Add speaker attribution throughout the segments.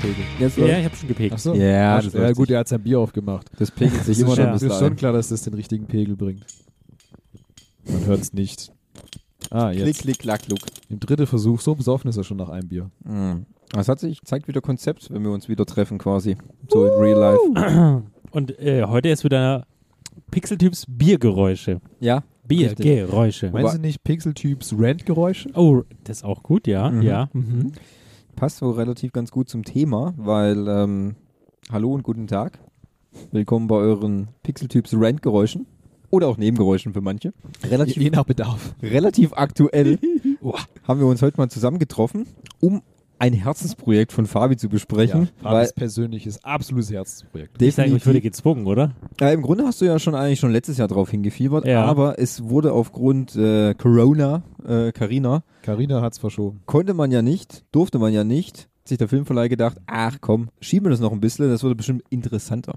Speaker 1: pegeln. Jetzt
Speaker 2: Ja, ich habe schon gepegt.
Speaker 3: Achso.
Speaker 1: Ja, das
Speaker 3: ja
Speaker 1: läuft
Speaker 3: gut,
Speaker 1: sich.
Speaker 3: er hat sein Bier aufgemacht.
Speaker 1: Das pegelt sich
Speaker 3: Ist
Speaker 1: immer
Speaker 3: schon,
Speaker 1: noch ein
Speaker 3: ist
Speaker 1: bisschen
Speaker 3: schon
Speaker 1: ein.
Speaker 3: klar, dass das den richtigen Pegel bringt. Man hört es nicht. Ah, jetzt.
Speaker 1: Klick, klick, klack, kluck.
Speaker 3: Im dritten Versuch, so besoffen ist er schon nach einem Bier.
Speaker 1: Mhm. Das hat sich, zeigt wieder Konzept, wenn wir uns wieder treffen quasi. So in real life.
Speaker 2: Und äh, heute ist wieder Pixeltyps Biergeräusche.
Speaker 1: Ja, Richtig.
Speaker 2: Biergeräusche.
Speaker 3: Meinen Sie nicht Pixeltyps Rant-Geräusche?
Speaker 2: Oh, das ist auch gut, ja.
Speaker 1: Mhm.
Speaker 2: ja. Mhm.
Speaker 1: passt so relativ ganz gut zum Thema, weil ähm, hallo und guten Tag. Willkommen bei euren Pixeltyps Rant-Geräuschen. Oder auch Nebengeräuschen für manche. Relativ
Speaker 3: Je nach Bedarf.
Speaker 1: relativ aktuell haben wir uns heute mal zusammengetroffen, um ein Herzensprojekt von Fabi zu besprechen. weil
Speaker 3: Fabis persönliches absolutes Herzensprojekt.
Speaker 2: Ich sage, ich
Speaker 1: definitiv-
Speaker 2: würde gezwungen, oder?
Speaker 1: ja, Im Grunde hast du ja schon eigentlich schon letztes Jahr drauf hingefiebert,
Speaker 2: Ja.
Speaker 1: aber es wurde aufgrund äh, Corona, äh, Carina,
Speaker 3: Carina hat's verschoben.
Speaker 1: konnte man ja nicht, durfte man ja nicht, hat sich der Filmverleih gedacht, ach komm, schieben wir das noch ein bisschen, das wurde bestimmt interessanter.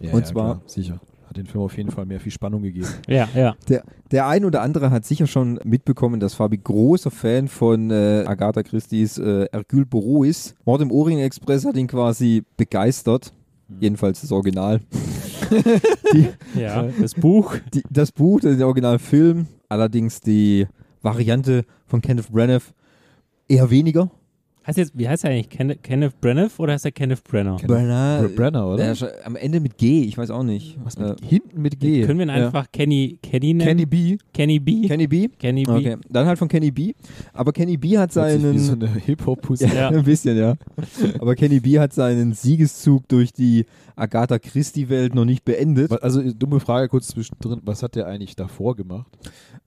Speaker 3: Ja,
Speaker 1: Und
Speaker 3: ja,
Speaker 1: zwar-
Speaker 3: klar, sicher. Hat den Film auf jeden Fall mehr viel Spannung gegeben.
Speaker 2: Ja, ja.
Speaker 1: Der, der ein oder andere hat sicher schon mitbekommen, dass Fabi großer Fan von äh, Agatha Christie's äh, Hercule Poirot ist. Mord im Orient Express hat ihn quasi begeistert. Jedenfalls das Original.
Speaker 2: ja. Das Buch.
Speaker 1: Die, das Buch, der Originalfilm, allerdings die Variante von Kenneth Branagh eher weniger.
Speaker 2: Heißt jetzt, wie heißt er eigentlich? Ken Kenneth Brenneth oder heißt er Kenneth Brenner?
Speaker 3: Kenneth Br- Brenner, oder?
Speaker 1: Der ist, äh, am Ende mit G, ich weiß auch nicht.
Speaker 3: Was mit, hinten mit G.
Speaker 2: Können wir ihn einfach Kenny, Kenny
Speaker 1: äh,
Speaker 2: nennen?
Speaker 1: Kenny B.
Speaker 2: Kenny B?
Speaker 1: Kenny B.
Speaker 2: Kenny B.
Speaker 1: Okay. Dann halt von Kenny B. Aber Kenny B hat
Speaker 3: Hört sich
Speaker 1: seinen.
Speaker 3: Wie so eine Hip-Hop-Pussy.
Speaker 2: Ja.
Speaker 1: Ein bisschen, ja. Aber Kenny B hat seinen Siegeszug durch die Agatha Christie-Welt noch nicht beendet.
Speaker 3: Wa- Also, äh, dumme Frage kurz zwischendrin. Was hat der eigentlich davor gemacht?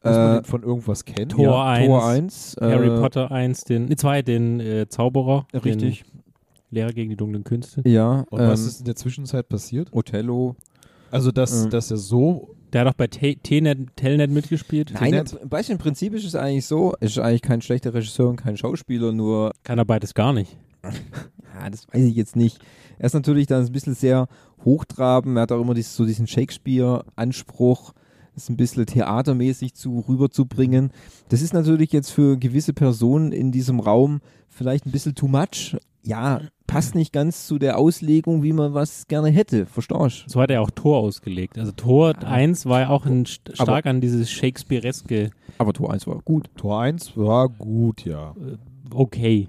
Speaker 3: Muss man
Speaker 1: Äh,
Speaker 3: den von irgendwas kennen?
Speaker 2: Tor
Speaker 3: Ja.
Speaker 2: 1.
Speaker 1: Tor 1.
Speaker 2: Harry
Speaker 1: äh,
Speaker 2: Potter 1, den, nee, 2, den äh, Zauberer.
Speaker 1: Richtig.
Speaker 2: Den Lehrer gegen die dunklen Künste.
Speaker 1: Ja.
Speaker 3: Und
Speaker 1: ähm,
Speaker 3: was ist in der Zwischenzeit passiert?
Speaker 1: Othello.
Speaker 3: Also, dass,
Speaker 1: ähm,
Speaker 3: dass er so.
Speaker 2: Der hat auch bei T Tnet, Telnet mitgespielt.
Speaker 1: Nein,
Speaker 3: nett.
Speaker 1: im Beispiel im Prinzip ist es eigentlich so, ist eigentlich kein schlechter Regisseur und kein Schauspieler, nur,
Speaker 2: Kann er beides gar nicht.
Speaker 1: ah, das weiß ich jetzt nicht. Er ist natürlich dann ein bisschen sehr hochtrabend, er hat auch immer dieses, so diesen Shakespeare-Anspruch, es ein bisschen theatermäßig zu rüberzubringen. Das ist natürlich jetzt für gewisse Personen in diesem Raum vielleicht ein bisschen too much. Ja, passt nicht ganz zu der Auslegung, wie man was gerne hätte, verstehst
Speaker 2: So hat er auch Tor ausgelegt. Also Tor
Speaker 1: Ah.
Speaker 2: 1 war ja auch ein, st-
Speaker 1: Aber-
Speaker 2: stark an dieses Shakespeareske
Speaker 1: du? Aber Tor 1 war gut.
Speaker 3: Tor 1 war gut, ja.
Speaker 2: okay.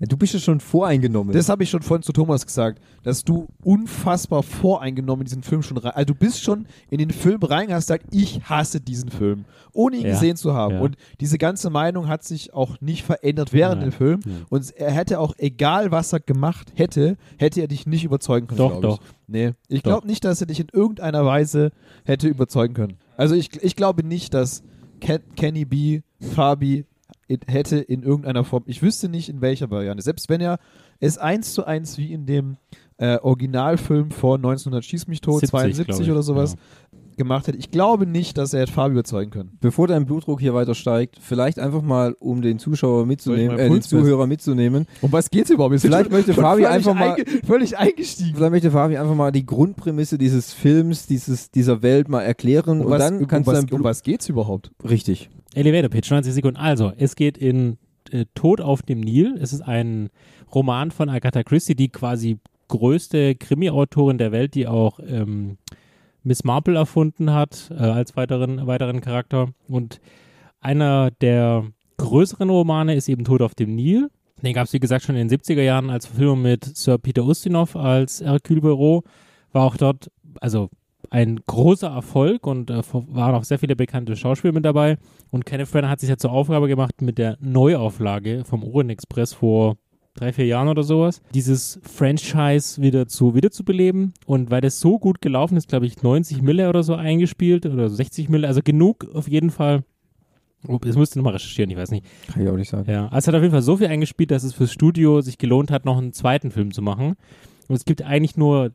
Speaker 1: Ja, du bist ja schon voreingenommen.
Speaker 3: Das habe ich schon vorhin zu Thomas gesagt, dass du unfassbar voreingenommen in diesen Film schon rein. Also du bist schon in den Film rein hast gesagt, ich hasse diesen Film, ohne ihn
Speaker 2: Ja,
Speaker 3: gesehen zu haben.
Speaker 2: ja.
Speaker 3: Und diese ganze Meinung hat sich auch nicht verändert während
Speaker 2: Nein,
Speaker 3: dem Film.
Speaker 2: nein.
Speaker 3: Und er hätte auch, egal was er gemacht hätte, hätte er dich nicht überzeugen können.
Speaker 2: Doch,
Speaker 3: glaub
Speaker 2: doch.
Speaker 3: Ich. Nee, ich glaube nicht, dass er dich in irgendeiner Weise hätte überzeugen können. Also ich, ich glaube nicht, dass Ken, Kenny B, Fabi it- hätte in irgendeiner Form, ich wüsste nicht in welcher Variante, selbst wenn er es eins zu eins wie in dem äh, Originalfilm von 1900 Schieß mich tot,
Speaker 2: 70, glaub
Speaker 3: 72
Speaker 2: ich,
Speaker 3: oder sowas gemacht hätte, ich glaube nicht, dass er hätte Fabi überzeugen können.
Speaker 1: bevor dein Blutdruck hier weiter steigt, vielleicht einfach mal, um den Zuschauer mitzunehmen,
Speaker 3: mal
Speaker 1: äh, den
Speaker 3: Puls messen?
Speaker 1: Zuhörer mitzunehmen.
Speaker 3: Um was geht's überhaupt?
Speaker 1: Vielleicht möchte Fabi einfach mal-
Speaker 3: völlig eingestiegen.
Speaker 1: Vielleicht möchte Fabi einfach mal die Grundprämisse dieses Films, dieses, dieser Welt mal erklären und dann kannst du
Speaker 3: um, was,
Speaker 1: dein
Speaker 3: um
Speaker 1: Blut
Speaker 3: was geht's überhaupt?
Speaker 1: Richtig.
Speaker 2: Elevator Pitch, 90 Sekunden. Also, es geht in äh, Tod auf dem Nil. Es ist ein Roman von Agatha Christie, die quasi größte Krimi-Autorin der Welt, die auch ähm, Miss Marple erfunden hat äh, als weiteren, weiteren Charakter. Und einer der größeren Romane ist eben Tod auf dem Nil. Den gab es, wie gesagt, schon in den 70er Jahren als Verfilmung mit Sir Peter Ustinov als Hercule Poirot. War auch dort, also ein großer Erfolg und äh, waren auch sehr viele bekannte Schauspieler mit dabei. Und Kenneth Branagh hat sich ja zur Aufgabe gemacht, mit der Neuauflage vom Orient Express vor drei, vier Jahren oder sowas, dieses Franchise wieder zu, wieder zu beleben. Und weil das so gut gelaufen ist, glaube ich, 90 Mille oder so eingespielt oder 60 Mille, also genug auf jeden Fall. Oh, Das müsste nochmal recherchieren, ich weiß nicht.
Speaker 1: Kann ich auch nicht sagen.
Speaker 2: Ja, also es hat auf jeden Fall so viel eingespielt, dass es fürs Studio sich gelohnt hat, noch einen zweiten Film zu machen. Und es gibt eigentlich nur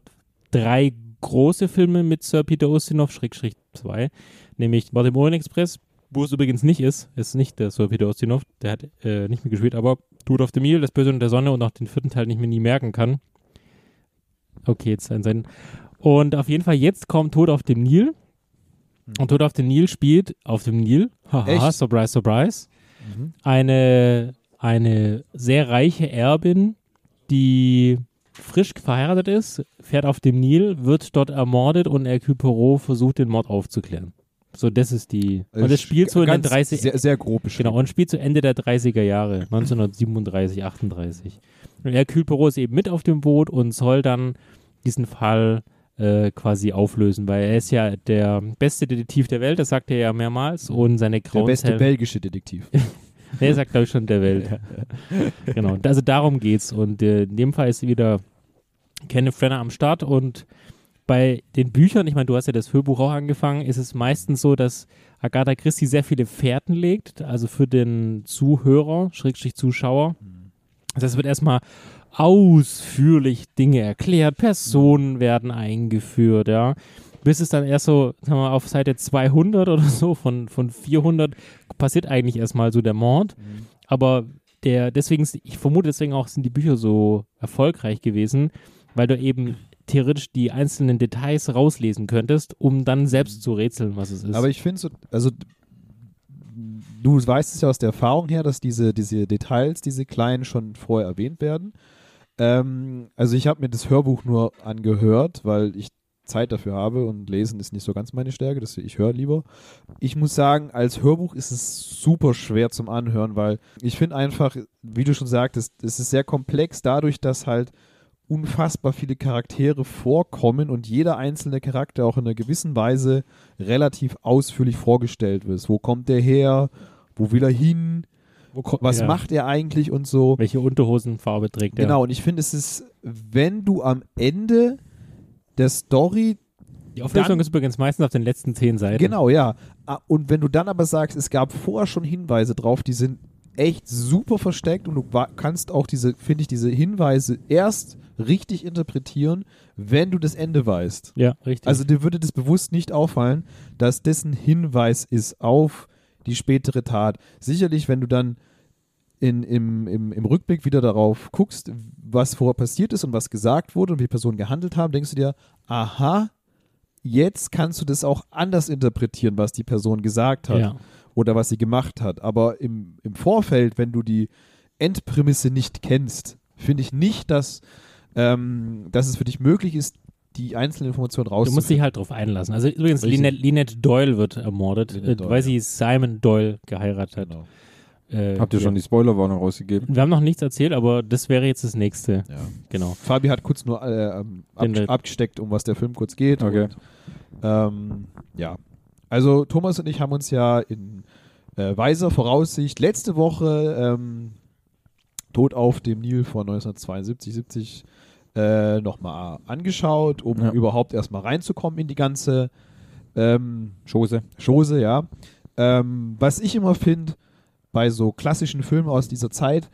Speaker 2: drei große Filme mit Sir Peter Ustinov, Schrägstrich 2, nämlich Mord im Orient Express, wo es übrigens nicht ist, ist nicht der Sir Peter Ustinov, der hat äh, nicht mehr gespielt, aber Tod auf dem Nil, das Böse und der Sonne und auch den vierten Teil nicht mehr nie merken kann. Okay, jetzt sein sein. Und auf jeden Fall, jetzt kommt Tod auf dem Nil. Und Tod auf dem Nil spielt auf dem Nil. Haha,
Speaker 3: Mhm. Echt? Mhm.
Speaker 2: surprise, surprise eine, eine sehr reiche Erbin, die frisch verheiratet ist, fährt auf dem Nil, wird dort ermordet und Hercule Poirot versucht, den Mord aufzuklären. So, das ist die. Und das spielt so in den
Speaker 3: Äh, Ganz
Speaker 2: 30
Speaker 3: Sehr, sehr grob beschrieben.
Speaker 2: Genau, und spielt zu Ende der 30er Jahre, 1937, 38. Und Hercule Poirot ist eben mit auf dem Boot und soll dann diesen Fall äh, quasi auflösen, weil er ist ja der beste Detektiv der Welt, das sagt er ja mehrmals, und seine
Speaker 3: Der beste
Speaker 2: Grauenzellen.
Speaker 3: belgische Detektiv.
Speaker 2: Der sagt, glaube ich, schon der Welt. genau, also darum geht's. Und äh, in dem Fall ist wieder Kenneth Frenner am Start und bei den Büchern, ich meine, du hast ja das Hörbuch auch angefangen, ist es meistens so, dass Agatha Christie sehr viele Fährten legt, also für den Zuhörer, Schrägstrich Zuschauer. Also es wird erstmal ausführlich Dinge erklärt, Personen werden eingeführt, ja. Bis es dann erst so, sagen wir mal, auf Seite 200 oder so von, von 400 passiert eigentlich erstmal so der Mord. Aber der, deswegen, ist- ich vermute, deswegen auch sind die Bücher so erfolgreich gewesen, weil du eben theoretisch die einzelnen Details rauslesen könntest, um dann selbst zu rätseln, was es ist.
Speaker 3: Aber ich finde so, also du weißt es ja aus der Erfahrung her, dass diese, diese Details, diese kleinen schon vorher erwähnt werden. Ähm, also ich habe mir das Hörbuch nur angehört, weil ich Zeit dafür habe und lesen ist nicht so ganz meine Stärke, deswegen ich höre lieber. Ich muss sagen, als Hörbuch ist es super schwer zum Anhören, weil ich finde einfach, wie du schon sagtest, es ist sehr komplex dadurch, dass halt unfassbar viele Charaktere vorkommen und jeder einzelne Charakter auch in einer gewissen Weise relativ ausführlich vorgestellt ist. Wo kommt der her? Wo will er hin? Was
Speaker 2: ja.
Speaker 3: macht er eigentlich und so?
Speaker 2: Welche Unterhosenfarbe trägt er?
Speaker 3: Genau, und ich finde, es ist, wenn du am Ende der Story,
Speaker 2: Die Auflösung
Speaker 3: Dann-
Speaker 2: ist übrigens meistens auf den letzten zehn Seiten.
Speaker 3: genau, ja, Ah, und wenn du dann aber sagst, es gab vorher schon Hinweise drauf, die sind echt super versteckt und du wa- kannst auch diese, finde ich, diese Hinweise erst richtig interpretieren, wenn du das Ende weißt.
Speaker 2: Ja, richtig.
Speaker 3: Also dir würde das bewusst nicht auffallen, dass das ein Hinweis ist auf die spätere Tat. Sicherlich, wenn du dann in, im, im, im Rückblick wieder darauf guckst, was vorher passiert ist und was gesagt wurde und wie Personen gehandelt haben, denkst du dir, aha, jetzt kannst du das auch anders interpretieren, was die Person gesagt hat
Speaker 2: ja.
Speaker 3: oder was sie gemacht hat. Aber im, im Vorfeld, wenn du die Endprämisse nicht kennst, finde ich nicht, dass, ähm, dass es für dich möglich ist, die einzelnen Informationen
Speaker 2: Du musst
Speaker 3: rauszufinden.
Speaker 2: dich halt drauf einlassen. Also übrigens,
Speaker 3: Richtig.
Speaker 2: Lynette, Lynette Doyle wird ermordet,
Speaker 3: Lynette
Speaker 2: äh,
Speaker 3: Doyle,
Speaker 2: weil
Speaker 3: ja.
Speaker 2: sie Simon Doyle geheiratet hat.
Speaker 3: Genau.
Speaker 2: Äh,
Speaker 1: Habt ihr schon die Spoilerwarnung rausgegeben?
Speaker 2: Wir haben noch nichts erzählt, aber das wäre jetzt das nächste.
Speaker 3: Ja.
Speaker 2: Genau.
Speaker 3: Fabi hat kurz nur äh, ähm,
Speaker 2: Den
Speaker 3: ab,
Speaker 2: Red-
Speaker 3: abgesteckt, um was der Film kurz geht.
Speaker 1: Okay.
Speaker 3: Und, ähm, ja. Also Thomas und ich haben uns ja in äh, weiser Voraussicht letzte Woche ähm, Tod auf dem Nil von 1972, 70 äh, nochmal angeschaut, um
Speaker 1: Ja.
Speaker 3: überhaupt erstmal reinzukommen in die ganze ähm,
Speaker 1: Schose.
Speaker 3: Chose, ja. Ähm, was ich immer finde, bei so klassischen Filmen aus dieser Zeit,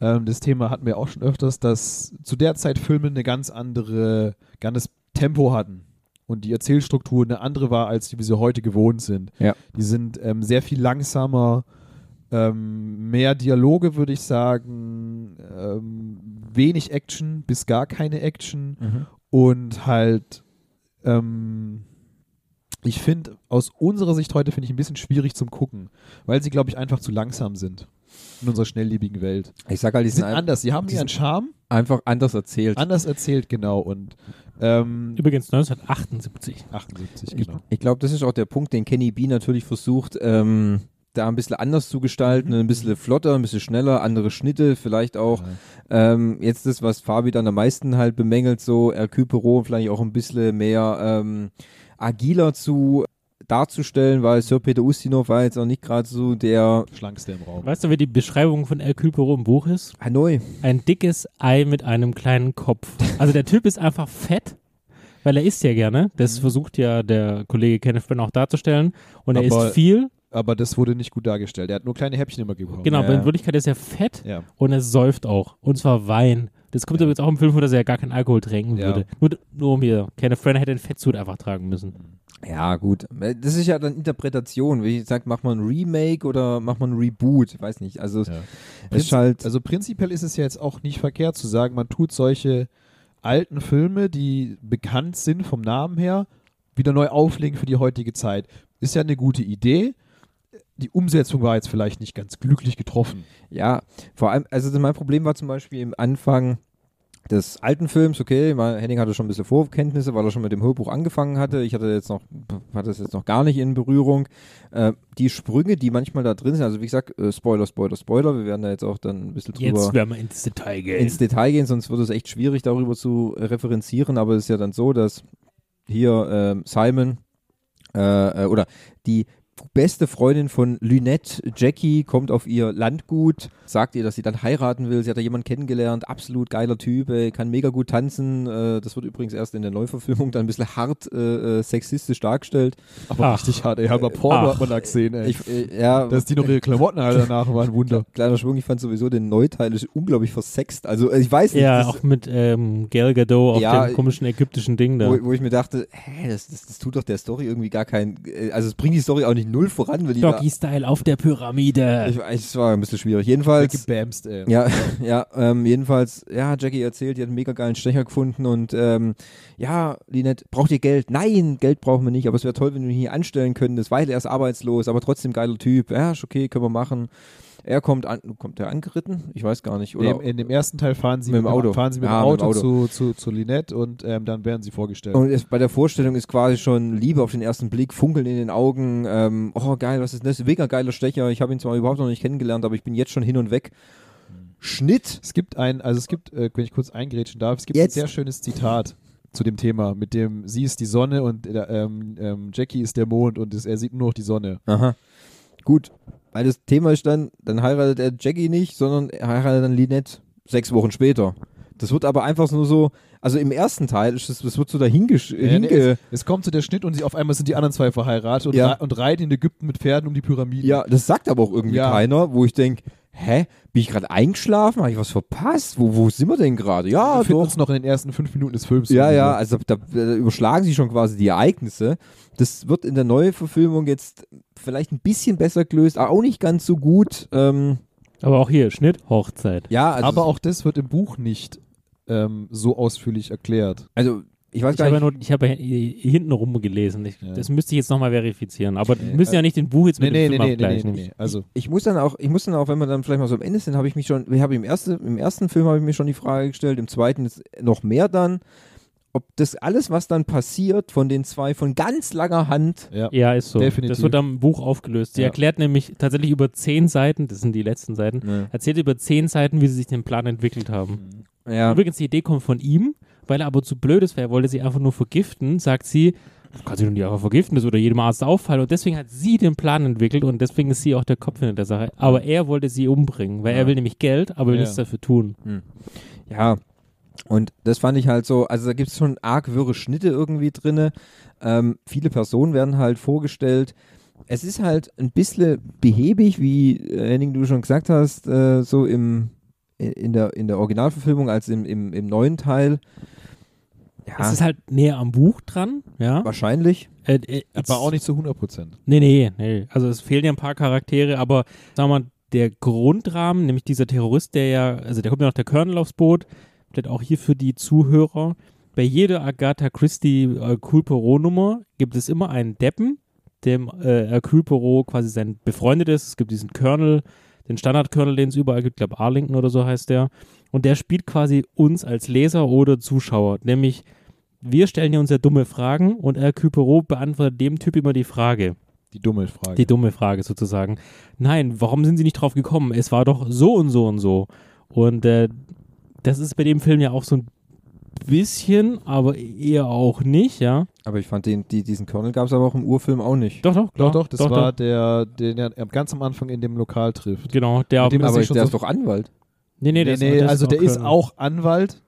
Speaker 3: ähm, das Thema hatten wir auch schon öfters, dass zu der Zeit Filme eine ganz andere, ganz Tempo hatten. Und die Erzählstruktur eine andere war, als die wir sie heute gewohnt sind.
Speaker 1: Ja.
Speaker 3: Die sind ähm, sehr viel langsamer, ähm, mehr Dialoge, würde ich sagen, ähm, wenig Action bis gar keine Action
Speaker 1: Mhm.
Speaker 3: und halt, ähm, ich finde, aus unserer Sicht heute finde ich ein bisschen schwierig zum Gucken, weil sie, glaube ich, einfach zu langsam sind in unserer schnelllebigen Welt.
Speaker 1: Ich sag halt, die
Speaker 3: Die sind
Speaker 1: sind ein,
Speaker 3: anders, sie haben
Speaker 1: die
Speaker 3: ihren Charme,
Speaker 1: einfach anders erzählt.
Speaker 3: anders erzählt, genau, und ähm,
Speaker 2: Übrigens 1978.
Speaker 3: 78,
Speaker 1: Ich,
Speaker 3: genau.
Speaker 1: ich glaube, das ist auch der Punkt, den Kenny B natürlich versucht, ähm, da ein bisschen anders zu gestalten, ein bisschen flotter, ein bisschen schneller, andere Schnitte, vielleicht auch ähm, jetzt das, was Fabi dann am meisten halt bemängelt, so Hercule Poirot vielleicht auch ein bisschen mehr ähm, agiler zu darzustellen, weil Sir Peter Ustinov war jetzt auch nicht gerade so der
Speaker 3: Schlankste im Raum.
Speaker 2: Weißt du, wie die Beschreibung von Hercule Poirot im Buch ist?
Speaker 1: Hanoi.
Speaker 2: Ein dickes Ei mit einem kleinen Kopf. Also der Typ ist einfach fett, weil er isst ja gerne.
Speaker 1: Mhm.
Speaker 2: Das versucht ja der Kollege Kenneth Brenner auch darzustellen. Und er
Speaker 3: Aber-
Speaker 2: isst viel.
Speaker 3: Aber das wurde nicht gut dargestellt. Er hat nur kleine Häppchen immer gebraucht.
Speaker 2: Genau,
Speaker 1: Ja.
Speaker 2: aber in Wirklichkeit ist er fett
Speaker 3: Ja.
Speaker 2: und er säuft auch. Und zwar Wein. Das kommt übrigens auch im Film vor, dass er ja gar keinen Alkohol trinken
Speaker 3: Ja.
Speaker 2: würde. Nur, nur um hier. Kenneth Brenner hätte einen Fettsuit einfach tragen müssen.
Speaker 1: Ja, gut. Das ist ja dann Interpretation. Wie gesagt, macht man ein Remake oder macht man ein Reboot? Weiß nicht. Also es
Speaker 3: Ja.
Speaker 1: ist halt.
Speaker 3: Also prinzipiell ist es ja jetzt auch nicht verkehrt zu sagen, man tut solche alten Filme, die bekannt sind vom Namen her, wieder neu auflegen für die heutige Zeit. Ist ja eine gute Idee. Die Umsetzung war jetzt vielleicht nicht ganz glücklich getroffen.
Speaker 1: Ja, vor allem, also mein Problem war zum Beispiel im Anfang, des alten Films, okay, mal, Henning hatte schon ein bisschen Vorkenntnisse, weil er schon mit dem Hörbuch angefangen hatte. Ich hatte jetzt noch, hatte es jetzt noch gar nicht in Berührung. Äh, die Sprünge, die manchmal da drin sind, also wie gesagt, äh, Spoiler, Spoiler, Spoiler, wir werden da jetzt auch dann ein bisschen drüber
Speaker 2: Jetzt werden wir ins Detail gehen.
Speaker 1: ins Detail gehen, sonst wird es echt schwierig, darüber zu referenzieren. Aber es ist ja dann so, dass hier ähm, Simon äh, äh, oder die beste Freundin von Lynette, Jackie, kommt auf ihr Landgut, sagt ihr, dass sie dann heiraten will. Sie hat da jemanden kennengelernt, absolut geiler Typ, ey, kann mega gut tanzen. Äh, das wird übrigens erst in der Neuverfilmung dann ein bisschen hart äh, äh, sexistisch dargestellt.
Speaker 3: Aber
Speaker 2: Ach.
Speaker 3: richtig hart, ey. Aber Porno
Speaker 2: Ach.
Speaker 3: hat man da gesehen, ey.
Speaker 1: Ich, äh, ja,
Speaker 3: Dass die noch ihre Klamotten alle danach waren, Wunder.
Speaker 1: kleiner Schwung, ich fand sowieso den Neuteil ist unglaublich versext. Also äh, ich weiß nicht,
Speaker 2: ja,
Speaker 1: das-
Speaker 2: auch mit ähm, Gal Gadot auf
Speaker 1: Ja,
Speaker 2: dem komischen ägyptischen Ding da.
Speaker 1: Wo, wo ich mir dachte, hä, das, das, das tut doch der Story irgendwie gar kein, äh, also es bringt die Story auch nicht null voran, wenn die da, ich,
Speaker 2: Doggy-Style auf der Pyramide.
Speaker 1: es war ein bisschen schwierig. Jedenfalls,
Speaker 3: Gebamst, ey.
Speaker 1: ja, ja, ähm, jedenfalls, ja, Jackie erzählt, die hat einen mega geilen Stecher gefunden und ähm, ja, Linette, braucht ihr Geld? Nein, Geld brauchen wir nicht, aber es wäre toll, wenn wir ihn hier anstellen können. Das Weidel, er ist arbeitslos, aber trotzdem geiler Typ. Ja, ist okay, können wir machen. Er kommt an, kommt er angeritten? Ich weiß gar nicht. Oder
Speaker 3: Dem, in dem ersten Teil fahren sie
Speaker 1: Mit
Speaker 3: mit,
Speaker 1: dem
Speaker 3: dem-
Speaker 1: Auto.
Speaker 3: Fahren sie mit
Speaker 1: Ja,
Speaker 3: dem
Speaker 1: mit dem
Speaker 3: Auto, Zu, zu, zu Linette und ähm, dann werden sie vorgestellt.
Speaker 1: Und es, bei der Vorstellung ist quasi schon Liebe auf den ersten Blick, Funkeln in den Augen. Ähm, oh, geil, was ist das? Mega geiler Stecher. Ich habe ihn zwar überhaupt noch nicht kennengelernt, aber ich bin jetzt schon hin und weg. Schnitt.
Speaker 3: Es gibt ein, also es gibt, äh, wenn ich kurz eingrätschen darf, es gibt
Speaker 1: Jetzt.
Speaker 3: ein sehr schönes Zitat zu dem Thema, mit dem sie ist die Sonne und äh, ähm, ähm, Jackie ist der Mond und es, er sieht nur noch die Sonne.
Speaker 1: Aha. Gut. Weil das Thema ist dann, dann heiratet er Jackie nicht, sondern er heiratet dann Linette sechs Wochen später. Das wird aber einfach nur so, also im ersten Teil ist es, das wird so dahingesch.
Speaker 3: Äh, nee,
Speaker 1: hinge
Speaker 3: es, es kommt zu der Schnitt und sie, auf einmal sind die anderen zwei verheiratet und,
Speaker 1: Ja.
Speaker 3: rei- und reiten in Ägypten mit Pferden um die Pyramiden.
Speaker 1: Ja, das sagt aber auch irgendwie
Speaker 3: Ja.
Speaker 1: keiner, wo ich denke, hä, bin ich gerade eingeschlafen? Habe ich was verpasst? Wo, wo sind wir denn gerade? Ja,
Speaker 3: wir finden
Speaker 1: doch.
Speaker 3: uns noch in den ersten fünf Minuten des Films.
Speaker 1: Ja, ja, also da, da überschlagen sie schon quasi die Ereignisse. Das wird in der Neuverfilmung jetzt vielleicht ein bisschen besser gelöst, aber auch nicht ganz so gut. Ähm,
Speaker 2: Aber auch hier, Schnitt, Hochzeit.
Speaker 1: ja, also,
Speaker 3: Aber auch das wird im Buch nicht ähm, so ausführlich erklärt.
Speaker 1: also ich weiß
Speaker 2: Ich
Speaker 1: gar
Speaker 2: habe ja
Speaker 1: nicht.
Speaker 2: nur, ich habe ja hi- hinten rum gelesen. Ich,
Speaker 3: Ja.
Speaker 2: Das müsste ich jetzt nochmal verifizieren. Aber wir müssen ja nicht den Buch jetzt mit dem Film abgleichen.
Speaker 3: Also,
Speaker 1: Ich muss dann auch, ich muss dann auch, wenn wir dann vielleicht mal so am Ende sind, habe ich mich schon, ich habe im ersten, im ersten Film habe ich mir schon die Frage gestellt, im zweiten ist noch mehr dann, ob das alles, was dann passiert, von den zwei von ganz langer Hand
Speaker 3: ja.
Speaker 2: Ja, ist so.
Speaker 3: Definitiv.
Speaker 2: Das wird am Buch aufgelöst. Sie
Speaker 3: Ja.
Speaker 2: erklärt nämlich tatsächlich über zehn Seiten, das sind die letzten Seiten,
Speaker 1: Ja.
Speaker 2: erzählt über zehn Seiten, wie sie sich den Plan entwickelt haben.
Speaker 3: Mhm.
Speaker 1: ja,
Speaker 2: Übrigens, die Idee kommt von ihm, weil er aber zu blöd ist, weil er wollte sie einfach nur vergiften, sagt sie, du kannst sie doch nicht einfach vergiften, das würde jedem Arzt auffallen. Und deswegen hat sie den Plan entwickelt und deswegen ist sie auch der Kopf hinter der Sache. Aber er wollte sie umbringen, weil
Speaker 1: Ja.
Speaker 2: er will nämlich Geld, aber will
Speaker 3: Ja.
Speaker 2: nichts dafür tun.
Speaker 1: Ja, und das fand ich halt so, also da gibt es schon arg wirre Schnitte irgendwie drinne. Ähm, viele Personen werden halt vorgestellt. Es ist halt ein bisschen behäbig, wie äh, Henning du schon gesagt hast, äh, so im, in, der, in der Originalverfilmung als im, im, im neuen Teil. Ja,
Speaker 2: Es ist halt näher am Buch dran, ja.
Speaker 1: wahrscheinlich.
Speaker 2: Äh, äh, jetzt-
Speaker 3: Ah. Aber auch nicht zu 100 Prozent.
Speaker 2: Nee, nee, nee. Also es fehlen ja ein paar Charaktere, aber sagen wir mal, der Grundrahmen, nämlich dieser Terrorist, der ja, also der kommt ja noch der Colonel aufs Boot, vielleicht auch hier für die Zuhörer. Bei jeder Agatha Christie äh, Hercule Poirot Nummer gibt es immer einen Deppen, dem äh, Hercule Poirot quasi sein befreundet ist. Es gibt diesen Colonel, den Standard-Colonel, den es überall gibt, ich glaube Arlington oder so heißt der. Und der spielt quasi uns als Leser oder Zuschauer, nämlich wir stellen ja uns ja dumme Fragen und Hercule Poirot beantwortet dem Typ immer die Frage.
Speaker 3: Die dumme Frage.
Speaker 2: Die dumme Frage sozusagen. Nein, warum sind sie nicht drauf gekommen? Es war doch so und so und so. Und äh, das ist bei dem Film ja auch so ein bisschen, aber eher auch nicht, ja.
Speaker 1: Aber ich fand den, die, diesen Colonel gab es aber auch im Urfilm auch nicht.
Speaker 2: Doch, doch,
Speaker 3: doch,
Speaker 2: klar.
Speaker 3: doch, das war der, den er am- ganz am Anfang in dem Lokal trifft.
Speaker 2: Genau, der.
Speaker 3: Mit dem-
Speaker 1: aber
Speaker 3: ist schon
Speaker 1: der
Speaker 3: so-
Speaker 1: ist doch Anwalt.
Speaker 2: nee, nee, der ist- der
Speaker 3: also der ist
Speaker 2: Colonel.
Speaker 3: auch Anwalt.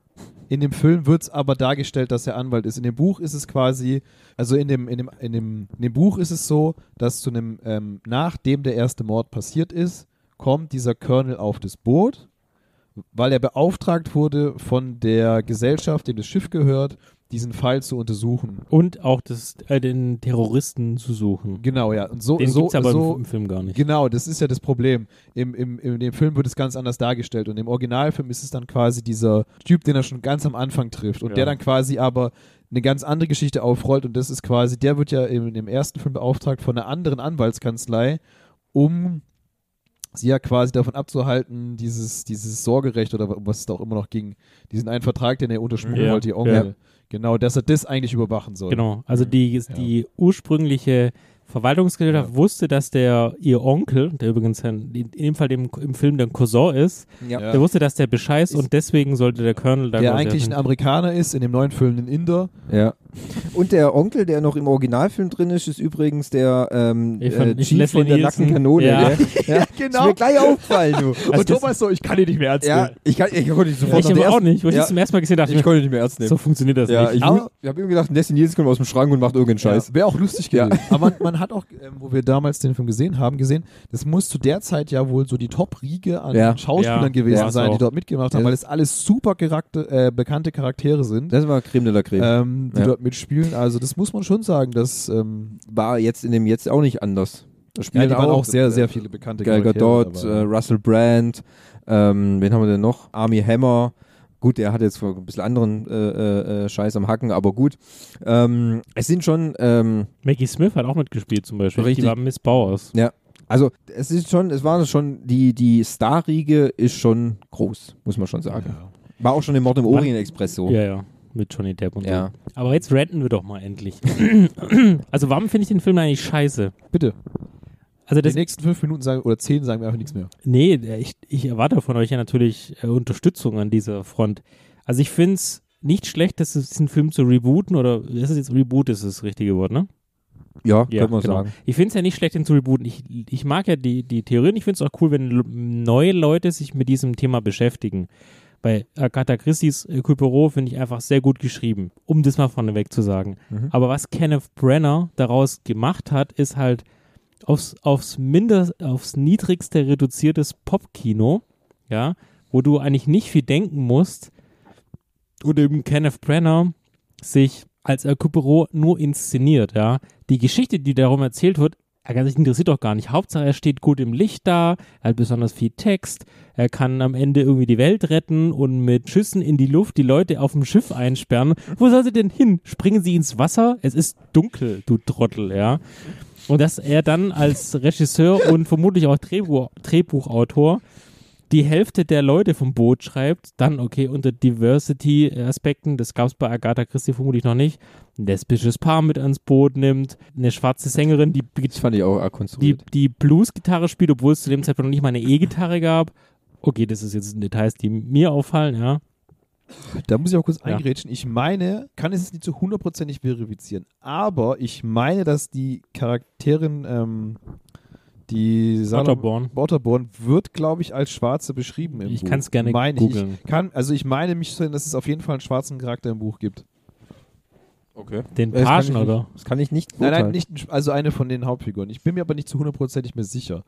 Speaker 3: In dem Film wird es aber dargestellt, dass er Anwalt ist. In dem Buch ist es quasi, also in dem, in dem, in dem, in dem Buch ist es so, dass zu einem, ähm, nachdem der erste Mord passiert ist, kommt dieser Colonel auf das Boot, weil er beauftragt wurde von der Gesellschaft, dem das Schiff gehört, diesen Fall zu untersuchen.
Speaker 2: Und auch das, äh, den Terroristen zu suchen.
Speaker 3: Genau, ja. Und so,
Speaker 2: Den
Speaker 3: so,
Speaker 2: gibt's aber
Speaker 3: so,
Speaker 2: im, im Film gar nicht.
Speaker 3: Genau, das ist ja das Problem. Im, im, in dem Film wird es ganz anders dargestellt und im Originalfilm ist es dann quasi dieser Typ, den er schon ganz am Anfang trifft und
Speaker 2: Ja.
Speaker 3: der dann quasi aber eine ganz andere Geschichte aufrollt und das ist quasi, der wird ja im, im ersten Film beauftragt von einer anderen Anwaltskanzlei, um sie ja quasi davon abzuhalten, dieses, dieses Sorgerecht oder um was es da auch immer noch ging, diesen einen Vertrag, den er unterschmuggelt
Speaker 2: Ja,
Speaker 3: wollte, ihr Onkel.
Speaker 1: ja.
Speaker 3: Genau, dass er das eigentlich überwachen soll.
Speaker 2: Genau, also die,
Speaker 3: Ja.
Speaker 2: die ursprüngliche Verwaltungsgesellschaft wusste, dass der ihr Onkel, der übrigens ein, in dem Fall dem, im Film der Cousin ist,
Speaker 1: Ja.
Speaker 3: Ja.
Speaker 2: der wusste, dass der Bescheid ist und deswegen sollte der Colonel da
Speaker 3: Der
Speaker 2: quasi
Speaker 3: eigentlich ein
Speaker 2: hin.
Speaker 3: Amerikaner ist, in dem neuen Film ein Inder.
Speaker 1: Ja. Und der Onkel, der noch im Originalfilm drin ist, ist übrigens der ähm,
Speaker 2: Ich fand-
Speaker 1: äh,
Speaker 2: ich-
Speaker 1: Chief
Speaker 2: Leslie
Speaker 1: von der
Speaker 2: Nielsen.
Speaker 1: Nackenkanone.
Speaker 2: Ja.
Speaker 1: gell? Ja. Ist mir gleich aufgefallen, du.
Speaker 2: Also
Speaker 3: und
Speaker 2: das-
Speaker 3: Thomas so, ich kann ihn nicht mehr ernst
Speaker 1: Ja,
Speaker 3: nehmen.
Speaker 1: ich, kann, ich konnte nicht sofort
Speaker 2: Ich
Speaker 1: nach der
Speaker 2: aber auch
Speaker 1: ersten-
Speaker 2: nicht, wo ich
Speaker 1: Ja.
Speaker 2: das zum ersten Mal gesehen habe,
Speaker 1: Ich konnte nicht mehr ernst nehmen.
Speaker 2: so funktioniert das
Speaker 1: ja,
Speaker 2: nicht.
Speaker 1: ich,
Speaker 3: Aber-
Speaker 1: ich habe immer gedacht, Leslie Nielsen kommt aus dem Schrank und macht irgendeinen Scheiß.
Speaker 3: Ja, Wäre auch lustig
Speaker 1: Ja.
Speaker 3: gewesen. Aber man, man hat auch, ähm, wo wir damals den Film gesehen haben, gesehen, das muss zu der Zeit ja wohl so die Top-Riege an
Speaker 1: Ja.
Speaker 3: Schauspielern
Speaker 2: Ja.
Speaker 3: gewesen
Speaker 2: Ja,
Speaker 3: sein,
Speaker 2: auch.
Speaker 3: die dort mitgemacht haben,
Speaker 1: Ja.
Speaker 3: weil es alles super Charakter, äh, bekannte Charaktere sind.
Speaker 1: Das war Creme de la Creme.
Speaker 3: ähm, die
Speaker 1: Ja.
Speaker 3: dort mitspielen. Also das muss man schon sagen, dass ähm,
Speaker 1: war jetzt in dem jetzt auch nicht anders. Da
Speaker 3: ja, die waren auch sehr,
Speaker 1: äh,
Speaker 3: sehr viele bekannte
Speaker 1: Gal
Speaker 3: Charaktere.
Speaker 1: Gadot, äh,
Speaker 3: dabei.
Speaker 1: Russell Brand, ähm, wen haben wir denn noch? Army Hammer. Gut, der hat jetzt vor ein bisschen anderen äh, äh, Scheiß am Hacken, aber gut. Ähm, es sind schon, ähm,
Speaker 2: Maggie Smith hat auch mitgespielt zum Beispiel.
Speaker 1: Richtig.
Speaker 2: Die war Miss Bauers.
Speaker 1: also es ist schon, es waren schon, die, die Starriege ist schon groß, muss man schon sagen.
Speaker 3: ja.
Speaker 1: War auch schon im Mord im
Speaker 2: Man-
Speaker 1: Orient Express so.
Speaker 2: Ja, ja. Mit Johnny Depp und
Speaker 1: Oh. Ja.
Speaker 2: so. Aber jetzt ranten wir doch mal endlich. also warum finde ich den Film eigentlich scheiße?
Speaker 3: Bitte,
Speaker 2: Also das,
Speaker 3: die nächsten fünf Minuten sagen, oder zehn sagen wir einfach nichts mehr.
Speaker 2: Nee, ich, ich erwarte von euch ja natürlich äh, Unterstützung an dieser Front. Also ich finde es nicht schlecht, dass es diesen Film zu rebooten oder ist es jetzt Reboot, ist das richtige Wort, ne?
Speaker 1: Ja, könnte man sagen.
Speaker 2: genau. Ich finde es ja nicht schlecht, den zu rebooten. Ich, ich mag ja die, die Theorien. Ich finde es auch cool, wenn l- neue Leute sich mit diesem Thema beschäftigen. Bei Agatha Christie's äh, Culpero finde ich einfach sehr gut geschrieben, um das mal vorneweg zu sagen.
Speaker 1: Mhm.
Speaker 2: Aber was Kenneth Brenner daraus gemacht hat, ist halt aufs, aufs, minder, aufs niedrigste reduziertes Popkino, ja, wo du eigentlich nicht viel denken musst und eben Kenneth Brenner sich als El Cupero nur inszeniert, ja. Die Geschichte, die darum erzählt wird, er kann sich interessiert doch gar nicht. Hauptsache, er steht gut im Licht da, er hat besonders viel Text, er kann am Ende irgendwie die Welt retten und mit Schüssen in die Luft die Leute auf dem Schiff einsperren. Wo soll sie denn hin? Springen sie ins Wasser? Es ist dunkel, du Trottel, ja. Und dass er dann als Regisseur und vermutlich auch Drehbuch, Drehbuchautor die Hälfte der Leute vom Boot schreibt, dann okay, unter Diversity-Aspekten, das gab es bei Agatha Christie vermutlich noch nicht, ein lesbisches Paar mit ans Boot nimmt, eine schwarze Sängerin, die
Speaker 1: Das fand ich auch arg
Speaker 2: die,
Speaker 1: konstruiert.
Speaker 2: die Blues-Gitarre spielt, obwohl es zu dem Zeitpunkt noch nicht mal eine E-Gitarre gab. Okay, das ist jetzt Details, die mir auffallen, ja.
Speaker 3: Da muss ich auch kurz
Speaker 2: Ja.
Speaker 3: eingrätschen. Ich meine, kann es jetzt nicht zu hundertprozentig verifizieren, aber ich meine, dass die Charakterin, ähm, die Salom-
Speaker 2: Otterborn.
Speaker 3: Waterborn wird, glaube ich, als Schwarze beschrieben im
Speaker 2: Ich
Speaker 3: Buch.
Speaker 2: kann's gerne
Speaker 3: meine
Speaker 2: googeln.
Speaker 3: Ich kann, also ich meine mich zu erinnern, dass es auf jeden Fall einen schwarzen Charakter im Buch gibt.
Speaker 1: okay.
Speaker 2: Den
Speaker 1: Das kann ich
Speaker 2: Pagen,
Speaker 1: nicht-
Speaker 2: oder?
Speaker 1: Das kann ich nicht
Speaker 3: Nein, nein,
Speaker 1: beurteilen.
Speaker 3: nicht, ein Sch- also eine von den Hauptfiguren. Ich bin mir aber nicht zu hundertprozentig mehr sicher.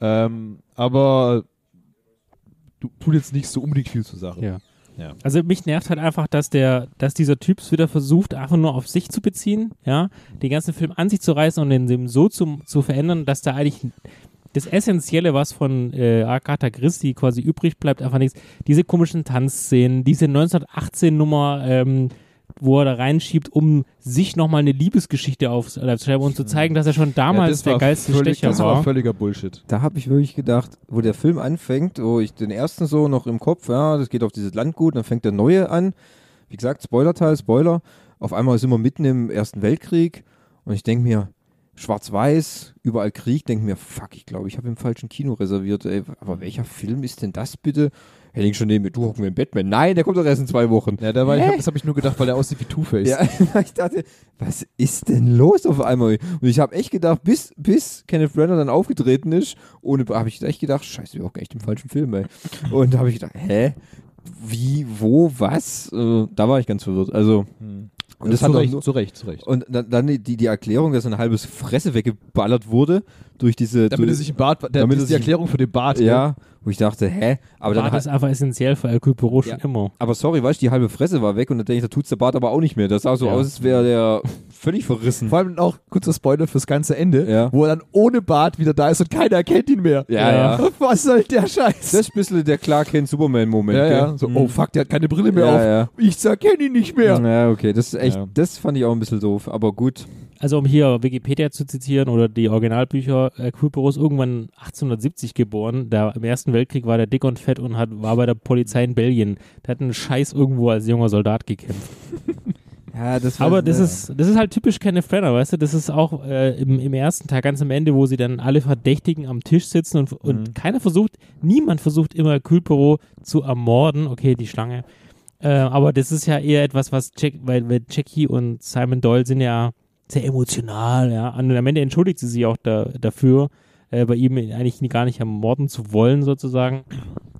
Speaker 3: Ähm, aber du, tut jetzt nicht so unbedingt viel zur Sache.
Speaker 2: Ja.
Speaker 3: Ja.
Speaker 2: Also mich nervt halt einfach, dass der, dass dieser Typ es wieder versucht, einfach nur auf sich zu beziehen, ja, den ganzen Film an sich zu reißen und den Film so zu, zu verändern, dass da eigentlich das Essentielle, was von äh, Agatha Christie quasi übrig bleibt, einfach nichts. Diese komischen Tanzszenen, diese 1918-Nummer, ähm, wo er da reinschiebt, um sich nochmal eine Liebesgeschichte aufzuschreiben und zu zeigen, dass er schon damals
Speaker 3: das
Speaker 2: der
Speaker 3: war
Speaker 2: geilste
Speaker 3: völlig,
Speaker 2: Stecher
Speaker 3: Das
Speaker 2: war.
Speaker 3: war völliger Bullshit.
Speaker 1: Da habe ich wirklich gedacht, wo der Film anfängt, wo ich den ersten so noch im Kopf, ja, das geht auf dieses Landgut, dann fängt der neue an. Wie gesagt, Spoilerteil, Spoiler. Auf einmal sind wir mitten im Ersten Weltkrieg und ich denke mir, schwarz-weiß, überall Krieg, denke mir, fuck, ich glaube, ich habe im falschen Kino reserviert. Ey, aber welcher Film ist denn das bitte? Hätte ich schon neben mir, du hocken wir im Batman. Nein, der kommt doch erst in zwei Wochen.
Speaker 3: Ja, da war ich, hab, das habe ich nur gedacht, weil der aussieht wie Two-Face.
Speaker 1: Ja, ich dachte, was ist denn los auf einmal? Und ich habe echt gedacht, bis, bis Kenneth Branagh dann aufgetreten ist, ohne habe ich echt gedacht, scheiße, wir hocken echt im falschen Film, ey. Und da habe ich gedacht, hä? Wie, wo, was? Äh, da war ich ganz verwirrt. Also,
Speaker 3: Hm.
Speaker 1: und das
Speaker 3: zu,
Speaker 1: hat auch
Speaker 3: recht,
Speaker 1: nur,
Speaker 3: zu Recht, zu Recht.
Speaker 1: und dann, dann die, die Erklärung, dass ein halbes Fresse weggeballert wurde durch diese.
Speaker 3: Damit er
Speaker 1: durch,
Speaker 3: sich ein Bart, der,
Speaker 1: Damit
Speaker 3: das
Speaker 1: er
Speaker 3: ist die
Speaker 1: sich-
Speaker 3: Erklärung für den Bart.
Speaker 1: ja, wo ich dachte, hä? Aber
Speaker 2: war
Speaker 1: dann
Speaker 2: das einfach essentiell für El Puro schon
Speaker 1: Ja.
Speaker 2: immer.
Speaker 1: Aber sorry, weißt du, die halbe Fresse war weg und dann denke ich, da tut's der Bart aber auch nicht mehr. Das sah so
Speaker 2: Ja.
Speaker 1: aus, als wäre der völlig verrissen.
Speaker 3: Vor allem auch kurzer Spoiler fürs ganze Ende,
Speaker 1: Ja.
Speaker 3: wo er dann ohne Bart wieder da ist und keiner erkennt ihn mehr.
Speaker 1: Ja, ja.
Speaker 3: Was soll der Scheiß?
Speaker 1: Das ist ein bisschen der Clark Kent Superman-Moment.
Speaker 3: ja,
Speaker 1: gell?
Speaker 3: ja. So,
Speaker 1: Mhm.
Speaker 3: oh fuck, der hat keine Brille mehr
Speaker 1: Ja,
Speaker 3: auf.
Speaker 1: ja.
Speaker 3: Ich erkenne ihn nicht mehr.
Speaker 1: Ja, okay, das ist echt,
Speaker 3: Ja.
Speaker 1: das fand ich auch ein bisschen doof, aber gut.
Speaker 2: Also um hier Wikipedia zu zitieren oder die Originalbücher, El Puro ist irgendwann 1870 geboren. Da im Ersten Weltkrieg war der dick und fett und hat, war bei der Polizei in Belgien. Der hat einen Scheiß irgendwo als junger Soldat gekämpft.
Speaker 1: Ja, das
Speaker 2: Aber das ist, das ist halt typisch Kenneth Branagh, weißt du? Das ist auch äh, im, im ersten Tag, ganz am Ende, wo sie dann alle Verdächtigen am Tisch sitzen und, und
Speaker 3: Mhm.
Speaker 2: keiner versucht, niemand versucht immer Külpero zu ermorden. Okay, die Schlange. Äh, aber das ist ja eher etwas, was Jack, weil, weil Jackie und Simon Doyle sind ja sehr emotional, ja. Und am Ende entschuldigt sie sich auch da, dafür, äh, bei ihm eigentlich nie- gar nicht ermorden zu wollen, sozusagen.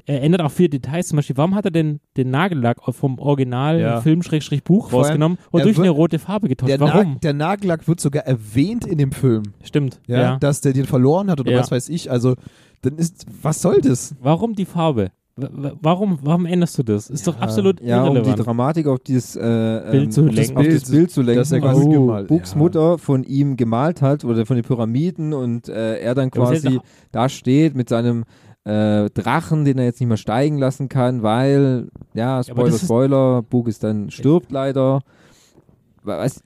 Speaker 2: Er ändert auch viele Details, zum Beispiel, warum hat er denn den Nagellack vom Original
Speaker 3: Ja.
Speaker 2: Film-Buch
Speaker 3: Vor allem,
Speaker 2: rausgenommen und
Speaker 3: er
Speaker 2: durch
Speaker 3: wird-
Speaker 2: eine rote Farbe getauscht?
Speaker 3: Der,
Speaker 2: Warum?
Speaker 3: Nag der Nagellack wird sogar erwähnt in dem Film,
Speaker 2: Stimmt.
Speaker 3: ja,
Speaker 2: Ja.
Speaker 3: dass der den verloren hat oder
Speaker 2: Ja.
Speaker 3: was weiß ich. Also, dann ist, was soll das?
Speaker 2: Warum die Farbe? W- w- Warum, warum änderst du das? Ist doch absolut
Speaker 1: ja, um die
Speaker 2: irrelevant.
Speaker 1: Dramatik auf dieses äh, ähm,
Speaker 2: zu
Speaker 1: auf das,
Speaker 2: lenken.
Speaker 1: auf das Bild zu lenken,
Speaker 3: Dass er
Speaker 1: was
Speaker 3: quasi
Speaker 2: Oh,
Speaker 3: gemalt-
Speaker 1: Buchs
Speaker 3: ja.
Speaker 1: Mutter von ihm gemalt hat oder von den Pyramiden und äh, er dann
Speaker 2: aber es ist
Speaker 1: quasi
Speaker 2: doch-
Speaker 1: da steht mit seinem äh, Drachen, den er jetzt nicht mehr steigen lassen kann, weil, ja,
Speaker 2: aber
Speaker 1: Spoiler,
Speaker 2: das ist-
Speaker 1: Spoiler, Bug ist dann, stirbt leider.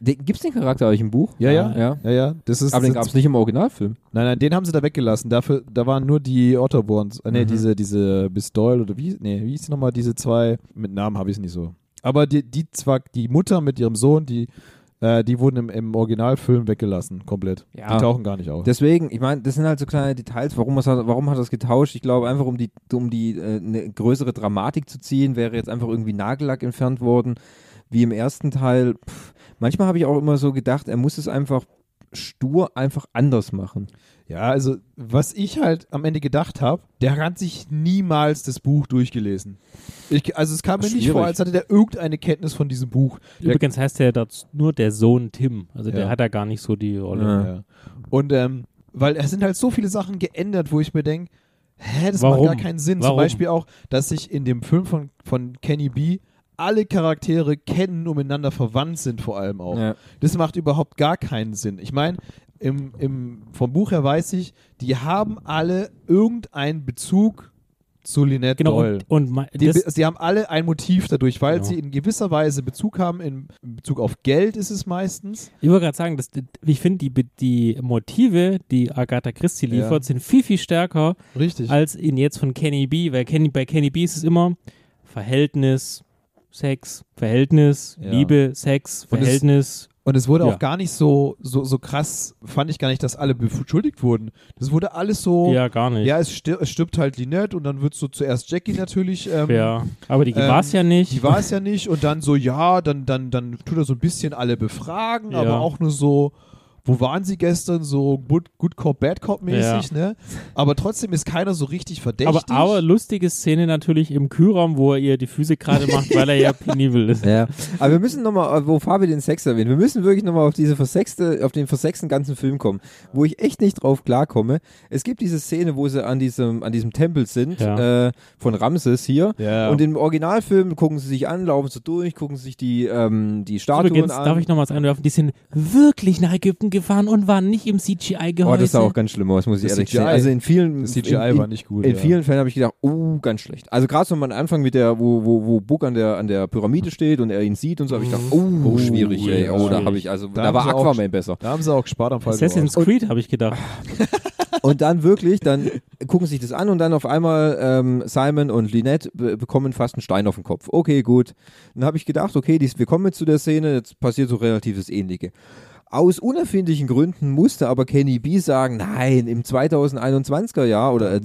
Speaker 1: Gibt es den Charakter eigentlich im Buch?
Speaker 3: Ja, ja.
Speaker 1: ja.
Speaker 3: Ja, ja, das ist.
Speaker 1: Aber den gab es nicht im Originalfilm.
Speaker 3: Nein, nein, den haben sie da weggelassen. Dafür, da waren nur die Otterborns. Äh, nee,
Speaker 1: Mhm.
Speaker 3: diese, diese Miss Doyle oder wie, nee, wie hieß die nochmal, diese zwei, mit Namen habe ich es nicht so. Aber die, die zwar, die Mutter mit ihrem Sohn, die, äh, die wurden im, im Originalfilm weggelassen, komplett.
Speaker 1: Ja.
Speaker 3: Die tauchen gar nicht auf.
Speaker 1: Deswegen, ich meine, das sind halt so kleine Details, warum, es hat, warum hat das getauscht? Ich glaube einfach, um die, um die äh, eine größere Dramatik zu ziehen, wäre jetzt einfach irgendwie Nagellack entfernt worden, wie im ersten Teil. Pff, manchmal habe ich auch immer so gedacht, er muss es einfach stur einfach anders machen.
Speaker 3: Ja, also, was ich halt am Ende gedacht habe, der hat sich niemals das Buch durchgelesen. Ich, also, es kam mir nicht
Speaker 1: Schwierig.
Speaker 3: vor, als hatte der irgendeine Kenntnis von diesem Buch. Der
Speaker 2: Übrigens heißt der dort nur der Sohn Tim. Also der
Speaker 3: Ja.
Speaker 2: hat da gar nicht so die Rolle.
Speaker 1: Ja.
Speaker 3: Ja. Und ähm, weil es sind halt so viele Sachen geändert, wo ich mir denke, hä, das
Speaker 2: Warum?
Speaker 3: macht gar keinen Sinn. Zum
Speaker 2: Warum?
Speaker 3: Beispiel auch, dass sich in dem Film von, von Kenny B alle Charaktere kennen und miteinander verwandt sind, vor allem auch.
Speaker 1: Ja.
Speaker 3: Das macht überhaupt gar keinen Sinn. Ich meine, im, im, vom Buch her weiß ich, die haben alle irgendeinen Bezug zu Lynette
Speaker 2: Genau.
Speaker 3: Doyle.
Speaker 2: Und, und ma-
Speaker 3: Die,
Speaker 2: das,
Speaker 3: sie haben alle ein Motiv dadurch, weil
Speaker 2: Genau.
Speaker 3: sie in gewisser Weise Bezug haben, in Bezug auf Geld ist es meistens.
Speaker 2: Ich wollte gerade sagen, dass, ich finde, die, Be- die Motive, die Agatha Christie
Speaker 3: Ja.
Speaker 2: liefert, sind viel, viel stärker
Speaker 3: Richtig.
Speaker 2: als in jetzt von Kenny B. Weil Kenny, bei Kenny B ist es immer Verhältnis, Sex, Verhältnis,
Speaker 3: Ja.
Speaker 2: Liebe, Sex,
Speaker 3: Und es-
Speaker 2: Verhältnis.
Speaker 3: Und es wurde
Speaker 2: Ja.
Speaker 3: auch gar nicht so, so, so krass, fand ich gar nicht, dass alle beschuldigt wurden. Das wurde alles so,
Speaker 2: ja, gar nicht.
Speaker 3: Oh. ja, es, stir es stirbt halt Linette und dann wird so zuerst Jackie natürlich, ähm,
Speaker 2: Ja, aber die
Speaker 3: ähm,
Speaker 2: war es ja nicht.
Speaker 3: die war es ja nicht und dann so, ja, dann, dann, dann tut er so ein bisschen alle befragen,
Speaker 2: Ja.
Speaker 3: aber auch nur so, wo waren sie gestern, so Good, good Cop, Bad Cop mäßig, ne? Aber trotzdem ist keiner so richtig
Speaker 2: aber,
Speaker 3: verdächtig.
Speaker 2: aber lustige Szene natürlich im Kühlraum, wo er ihr die Füße gerade macht, weil er ja penibel ist.
Speaker 1: Ja. Aber wir müssen nochmal, wo Fabi den Sex erwähnt, wir müssen wirklich nochmal auf diese versexte, auf den versexten ganzen Film kommen, wo ich echt nicht drauf klarkomme. Es gibt diese Szene, wo sie an diesem, an diesem Tempel sind,
Speaker 2: Ja.
Speaker 1: äh, von Ramses hier.
Speaker 3: Ja.
Speaker 1: Und im Originalfilm gucken sie sich an, laufen so durch, gucken sich die, ähm, die Statuen
Speaker 2: Übrigens,
Speaker 1: an.
Speaker 2: darf ich nochmals einwerfen, die sind wirklich nach Ägypten gefahren und waren nicht im CGI-Gehäuse.
Speaker 1: Oh, das sah auch ganz schlimm aus, muss ich
Speaker 3: Das
Speaker 1: ehrlich
Speaker 3: CGI
Speaker 1: sagen. Also in vielen
Speaker 3: das CGI
Speaker 1: in, in,
Speaker 3: war nicht gut.
Speaker 1: In
Speaker 3: ja.
Speaker 1: vielen Fällen habe ich gedacht, oh, ganz schlecht. Also gerade so am Anfang mit der, wo, wo, wo Book an der, an der Pyramide steht und er ihn sieht und so, habe ich gedacht, oh,
Speaker 2: Oh,
Speaker 1: schwierig, ey.
Speaker 2: ja,
Speaker 1: Oh, da
Speaker 2: schwierig.
Speaker 1: habe ich, also da,
Speaker 3: Da haben
Speaker 1: war
Speaker 3: sie auch-
Speaker 1: Aquaman besser.
Speaker 3: da haben sie auch gespart am falschen
Speaker 2: Assassin's Creed, habe ich gedacht.
Speaker 1: Und dann wirklich, dann gucken sich das an und dann auf einmal ähm, Simon und Lynette be bekommen fast einen Stein auf den Kopf. Okay, gut. Dann habe ich gedacht, okay, dies, wir kommen jetzt zu der Szene, jetzt passiert so relativ das Ähnliche. Aus unerfindlichen Gründen musste aber Kenny B sagen, nein, im 2021er Jahr oder äh,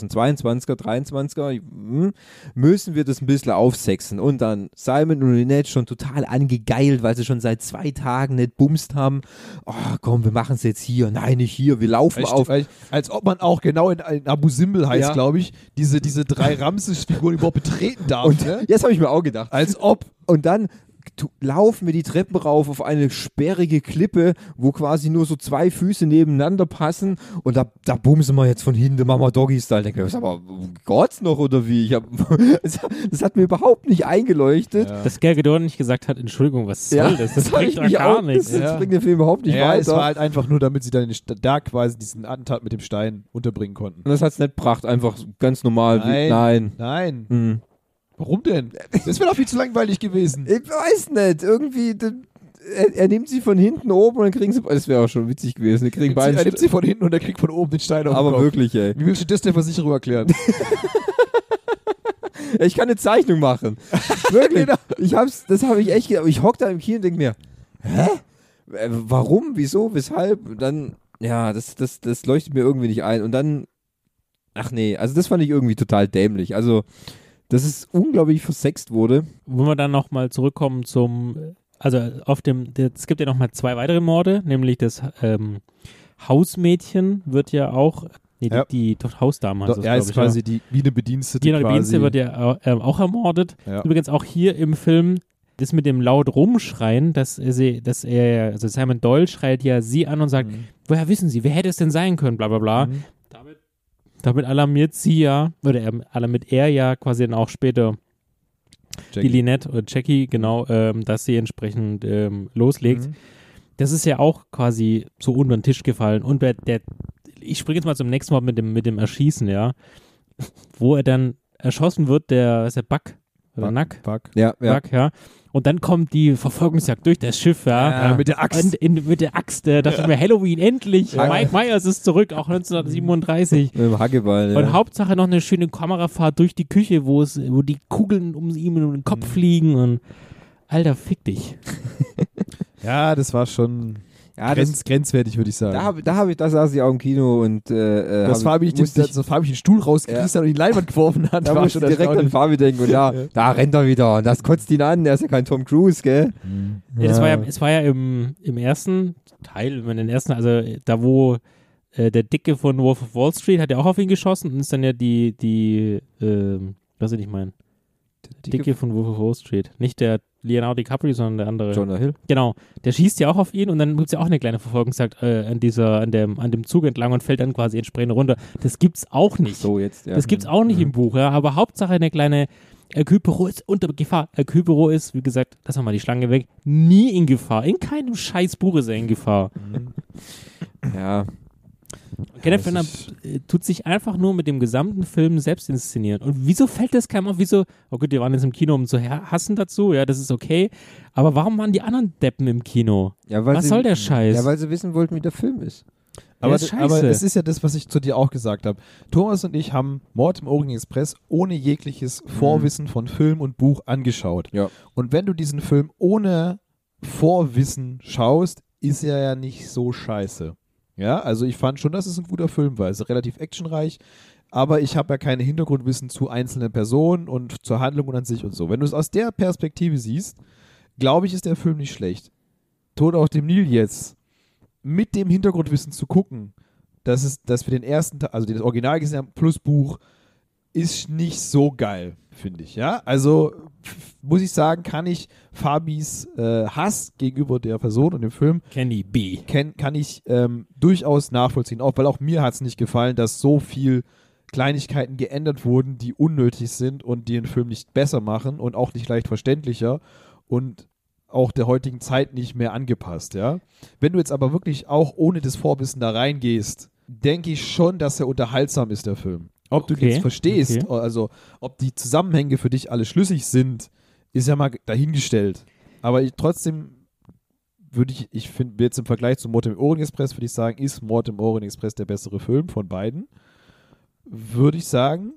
Speaker 1: 2022er, 23er hm, müssen wir das ein bisschen aufsexen. Und dann Simon und Lynette schon total angegeilt, weil sie schon seit zwei Tagen nicht bumst haben. Oh, komm, wir machen es jetzt hier. Nein, nicht hier. Wir laufen
Speaker 3: Echt?
Speaker 1: auf.
Speaker 3: Weil- als ob man auch genau in, in Abu Simbel heißt,
Speaker 1: Ja.
Speaker 3: glaube ich, diese, diese drei Ramses-Figuren überhaupt betreten darf.
Speaker 1: Und
Speaker 3: ne?
Speaker 1: jetzt habe ich mir auch gedacht.
Speaker 3: Als ob.
Speaker 1: Und dann tu- laufen wir die Treppen rauf auf eine sperrige Klippe, wo quasi nur so zwei Füße nebeneinander passen und da, da bumsen wir jetzt von hinten, Mama Doggy-Style. Denke ich, aber Gott's noch oder wie? Ich hab, das, das hat mir überhaupt nicht eingeleuchtet.
Speaker 3: Ja.
Speaker 2: Dass Gal Gadot nicht gesagt hat, Entschuldigung, was soll das? Das
Speaker 1: hab
Speaker 2: bringt doch
Speaker 1: mich
Speaker 2: gar
Speaker 1: auch-
Speaker 2: nichts.
Speaker 1: Das,
Speaker 3: Ja.
Speaker 1: bringt den Film überhaupt nicht
Speaker 3: ja,
Speaker 1: weiter.
Speaker 3: es war halt einfach nur, damit sie dann den Sta- da quasi diesen Attentat mit dem Stein unterbringen konnten.
Speaker 1: Und das hat's nicht gebracht, einfach ganz normal. Wie,
Speaker 3: Nein.
Speaker 1: nein.
Speaker 3: Nein,
Speaker 1: Hm.
Speaker 3: warum denn? Das wäre doch viel zu langweilig gewesen.
Speaker 1: Ich weiß nicht, irgendwie. d- Er, er nimmt sie von hinten oben und dann kriegen sie. Das wäre auch schon witzig gewesen. Die kriegen
Speaker 3: Sie, er
Speaker 1: beide.
Speaker 3: nimmt sie von hinten und er kriegt von oben den Stein auf den
Speaker 1: Aber
Speaker 3: Kopf.
Speaker 1: wirklich, ey.
Speaker 3: Wie willst du das der Versicherung erklären?
Speaker 1: Ich kann eine Zeichnung machen. Wirklich.
Speaker 3: Genau.
Speaker 1: Ich hab's, das habe ich echt gedacht. Ich hock da im Kino und denke mir, hä? Äh, Warum? Wieso? Weshalb? Und Dann, ja, das, das, das leuchtet mir irgendwie nicht ein. Und dann, ach nee, also das fand ich irgendwie total dämlich. Also, dass es unglaublich versext wurde.
Speaker 2: Wenn wir dann nochmal zurückkommen zum, also auf dem, es gibt ja nochmal zwei weitere Morde, nämlich das ähm, Hausmädchen wird ja auch, nee,
Speaker 3: Ja.
Speaker 2: die, die doch Hausdame heißt
Speaker 3: Doch,
Speaker 2: das,
Speaker 3: er
Speaker 2: glaube
Speaker 3: ist
Speaker 2: ich. Quasi
Speaker 3: quasi die, wie eine Bedienstete
Speaker 2: Gina
Speaker 3: quasi.
Speaker 2: Binze wird ja äh, auch ermordet.
Speaker 3: ja.
Speaker 2: Übrigens auch hier im Film das mit dem laut rumschreien, dass er sie, dass er, also Simon Doyle schreit ja sie an und sagt,
Speaker 3: Mhm.
Speaker 2: woher wissen sie, wer hätte es denn sein können, bla bla bla.
Speaker 3: Mhm.
Speaker 2: Damit, damit alarmiert sie ja, oder er, alarmiert er ja quasi dann auch später
Speaker 3: Jackie.
Speaker 2: die Linette oder Jackie, genau, ähm, dass sie entsprechend ähm, loslegt.
Speaker 3: Mhm.
Speaker 2: Das ist ja auch quasi so unter den Tisch gefallen. Und bei der, ich springe jetzt mal zum nächsten Mal mit dem, mit dem Erschießen, ja. Wo er dann erschossen wird, der, was ist der Buck? Oder
Speaker 3: Buck.
Speaker 2: Nack?
Speaker 3: Fuck.
Speaker 1: Ja, ja.
Speaker 2: Buck, ja. Und dann kommt die Verfolgungsjagd durch das Schiff, ja.
Speaker 3: Ja, mit der Axt.
Speaker 2: Und in, mit der Axt, äh, dachte ich mir, Halloween, endlich.
Speaker 3: Ja.
Speaker 2: Mike Myers ist zurück, auch 1937.
Speaker 1: Mit dem Hackeball.
Speaker 2: Und
Speaker 1: Ja.
Speaker 2: Hauptsache noch eine schöne Kamerafahrt durch die Küche, wo es, wo die Kugeln um ihm um den Kopf fliegen und Alter, fick dich.
Speaker 3: ja, das war schon
Speaker 1: ja, das,
Speaker 3: grenz, grenzwertig, würde ich sagen.
Speaker 1: da habe da hab ich, da saß ich auch im Kino und äh, äh,
Speaker 3: dass
Speaker 1: hab
Speaker 3: Fabi nicht den,
Speaker 1: musste
Speaker 3: dass Fabi den Stuhl rausgerissen hat und ihn in die Leinwand geworfen hat,
Speaker 1: Da
Speaker 3: war
Speaker 1: musst du
Speaker 3: schon
Speaker 1: direkt an
Speaker 3: erstaunlich.
Speaker 1: Fabi denken und da,
Speaker 3: Ja.
Speaker 1: da rennt er wieder und das kotzt ihn an, der ist ja kein Tom Cruise, gell?
Speaker 3: Hm.
Speaker 2: Ja. Das war ja, es war ja im, im ersten Teil, wenn man den ersten, also äh, da wo äh, der Dicke von Wolf of Wall Street hat ja auch auf ihn geschossen und ist dann ja die, die, ähm, was will ich meinen? Dicke, von Wolf of Wall Street. Nicht der Leonardo DiCaprio, sondern der andere.
Speaker 1: Jonah Hill.
Speaker 2: Genau. Der schießt ja auch auf ihn und dann gibt's ja auch eine kleine Verfolgungsjagd äh, an dieser, an dem, an dem Zug entlang und fällt dann quasi entsprechend runter. Das gibt's auch nicht.
Speaker 1: So jetzt, ja. Hm. Mhm.
Speaker 2: Das gibt's auch nicht im Buch, ja. Aber Hauptsache eine kleine Alkypero ist unter Gefahr. Alkypero ist, wie gesagt, lassen wir mal die Schlange weg, nie in Gefahr. In keinem scheiß Buch ist er in Gefahr.
Speaker 1: Ja,
Speaker 2: Kenneth
Speaker 3: das
Speaker 2: Branagh äh, tut sich einfach nur mit dem gesamten Film selbst inszenieren. Und wieso fällt das keinem auf? Wieso, oh gut, die waren jetzt im Kino, um zu ha- hassen dazu, ja, das ist okay. Aber warum waren die anderen Deppen im Kino?
Speaker 1: ja weil
Speaker 2: Was
Speaker 1: sie,
Speaker 2: soll der Scheiß?
Speaker 1: Ja, weil sie wissen wollten, wie der Film ist.
Speaker 3: Aber,
Speaker 2: ist scheiße.
Speaker 3: aber es ist ja das, was ich zu dir auch gesagt habe. Thomas und ich haben Mord im Orient Express ohne jegliches Vorwissen von Film und Buch angeschaut.
Speaker 1: Ja.
Speaker 3: Und wenn du diesen Film ohne Vorwissen schaust, ist er ja nicht so scheiße. Ja, also ich fand schon, dass es ein guter Film war. Es ist relativ actionreich, aber ich habe ja keine Hintergrundwissen zu einzelnen Personen und zur Handlung und an sich und so. Wenn du es aus der Perspektive siehst, glaube ich, ist der Film nicht schlecht. Tod auf dem Nil jetzt mit dem Hintergrundwissen zu gucken, dass, es, dass wir den ersten Teil, also den das Original gesehen haben, plus Buch, ist nicht so geil, finde ich. Ja, also f- muss ich sagen, kann ich Fabis äh, Hass gegenüber der Person und dem Film
Speaker 2: Kenny B.
Speaker 3: kann, kann ich ähm, durchaus nachvollziehen, auch weil auch mir hat es nicht gefallen, dass so viel Kleinigkeiten geändert wurden, die unnötig sind und die den Film nicht besser machen und auch nicht leicht verständlicher und auch der heutigen Zeit nicht mehr angepasst, ja. Wenn du jetzt aber wirklich auch ohne das Vorwissen da reingehst, denke ich schon, dass er unterhaltsam ist, der Film. Ob du
Speaker 2: Okay,
Speaker 3: den jetzt verstehst,
Speaker 2: okay.
Speaker 3: also ob die Zusammenhänge für dich alle schlüssig sind, ist ja mal dahingestellt. Aber ich, trotzdem würde ich, ich finde jetzt im Vergleich zu Mord im Orient Express, würde ich sagen, ist Mord im Orient Express der bessere Film von beiden. Würde ich sagen.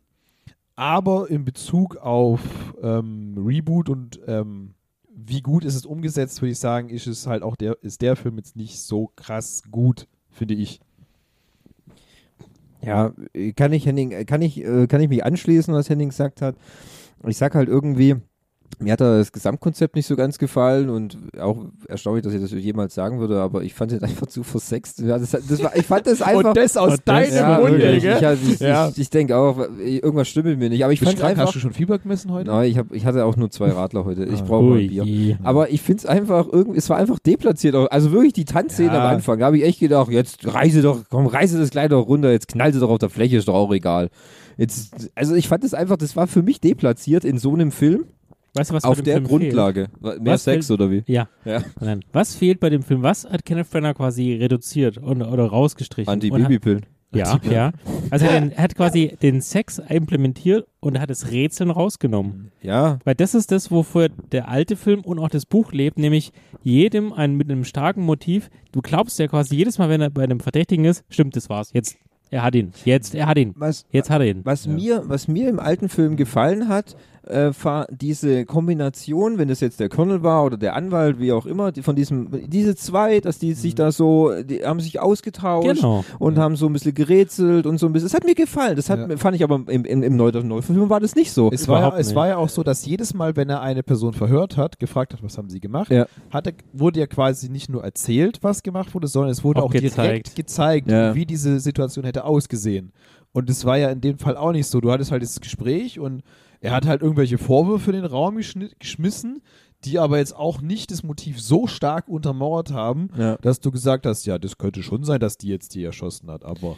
Speaker 3: Aber in Bezug auf ähm, Reboot und ähm, wie gut ist es umgesetzt, würde ich sagen, ist es halt auch der, ist der Film jetzt nicht so krass gut, finde ich.
Speaker 1: Ja, äh, kann ich Henning, äh, kann ich, äh, kann ich mich anschließen, was Henning gesagt hat. Ich sag halt irgendwie, Mir hat da das Gesamtkonzept nicht so ganz gefallen und auch erstaunlich, dass ich das jemals sagen würde, aber ich fand es einfach zu versext. Ja, das, das war, ich fand das einfach.
Speaker 3: Und das aus
Speaker 2: Und das-
Speaker 3: deinem
Speaker 1: ja,
Speaker 3: Munde,
Speaker 1: wirklich.
Speaker 3: gell?
Speaker 1: ich, hab- ich,
Speaker 3: Ja.
Speaker 1: ich, ich denke auch, irgendwas stimmt mir nicht. Aber ich
Speaker 3: Bist
Speaker 1: fand es
Speaker 3: du krank?
Speaker 1: einfach.
Speaker 3: Hast du schon Fieber gemessen heute?
Speaker 1: Nein, ich, hab, ich hatte auch nur zwei Radler heute. Ich
Speaker 3: Ah.
Speaker 1: brauche mal ein Bier.
Speaker 2: Mhm.
Speaker 1: Aber ich finde es einfach, irgendwie, es war einfach deplatziert. Also wirklich die Tanzszene
Speaker 3: Ja.
Speaker 1: am Anfang, da habe ich echt gedacht, jetzt reise doch, komm, reise das Kleid doch runter, jetzt knallt sie doch auf der Fläche, ist doch auch egal. Jetzt, also ich fand es einfach, das war für mich deplatziert in so einem Film,
Speaker 2: Weißt du, was bei
Speaker 1: auf
Speaker 2: dem
Speaker 1: der
Speaker 2: Film
Speaker 1: Grundlage. Mehr
Speaker 2: Was
Speaker 1: Sex oder wie?
Speaker 2: Fehlt? Ja.
Speaker 1: Ja.
Speaker 2: Nein. Was fehlt bei dem Film? Was hat Kenneth Branagh quasi reduziert und, oder rausgestrichen? Und hat-
Speaker 1: Antibabypillen.
Speaker 2: Ja, ja. Also er hat den, er hat quasi den Sex implementiert und hat das Rätseln
Speaker 3: Mhm.
Speaker 2: rausgenommen.
Speaker 1: Ja,
Speaker 2: Weil das ist das, wofür der alte Film und auch das Buch lebt, nämlich jedem ein, mit einem starken Motiv. Du glaubst ja quasi jedes Mal, wenn er bei einem Verdächtigen ist, stimmt, das war's. Jetzt, er hat ihn. Jetzt, er hat ihn.
Speaker 1: was,
Speaker 2: Jetzt hat er ihn.
Speaker 1: Was, mir, was mir im alten Film gefallen hat, äh, war diese Kombination, wenn das jetzt der Colonel war oder der Anwalt, wie auch immer, die, von diesem, diese zwei, dass die
Speaker 3: Mhm.
Speaker 1: sich da so, die haben sich ausgetauscht
Speaker 2: Genau.
Speaker 1: und haben so ein bisschen gerätselt und so ein bisschen. Das hat mir gefallen. Das hat,
Speaker 3: Ja.
Speaker 1: mir- fand ich aber im, im, im Neu- Neufilm war das nicht so.
Speaker 3: Es war, ja,
Speaker 2: Überhaupt
Speaker 3: es
Speaker 2: nicht.
Speaker 3: war ja auch so, dass jedes Mal, wenn er eine Person verhört hat, gefragt hat, was haben sie gemacht,
Speaker 1: Ja.
Speaker 3: hat er, wurde ja quasi nicht nur erzählt, was gemacht wurde, sondern es wurde
Speaker 2: Auch
Speaker 3: auch,
Speaker 2: gezeigt.
Speaker 3: direkt gezeigt,
Speaker 1: Ja.
Speaker 3: wie diese Situation hätte ausgesehen. Und es war ja in dem Fall auch nicht so. Du hattest halt dieses Gespräch und er hat halt irgendwelche Vorwürfe in den Raum geschni- geschmissen, die aber jetzt auch nicht das Motiv so stark untermauert haben,
Speaker 1: Ja.
Speaker 3: dass du gesagt hast, ja, das könnte schon sein, dass die jetzt die erschossen hat, aber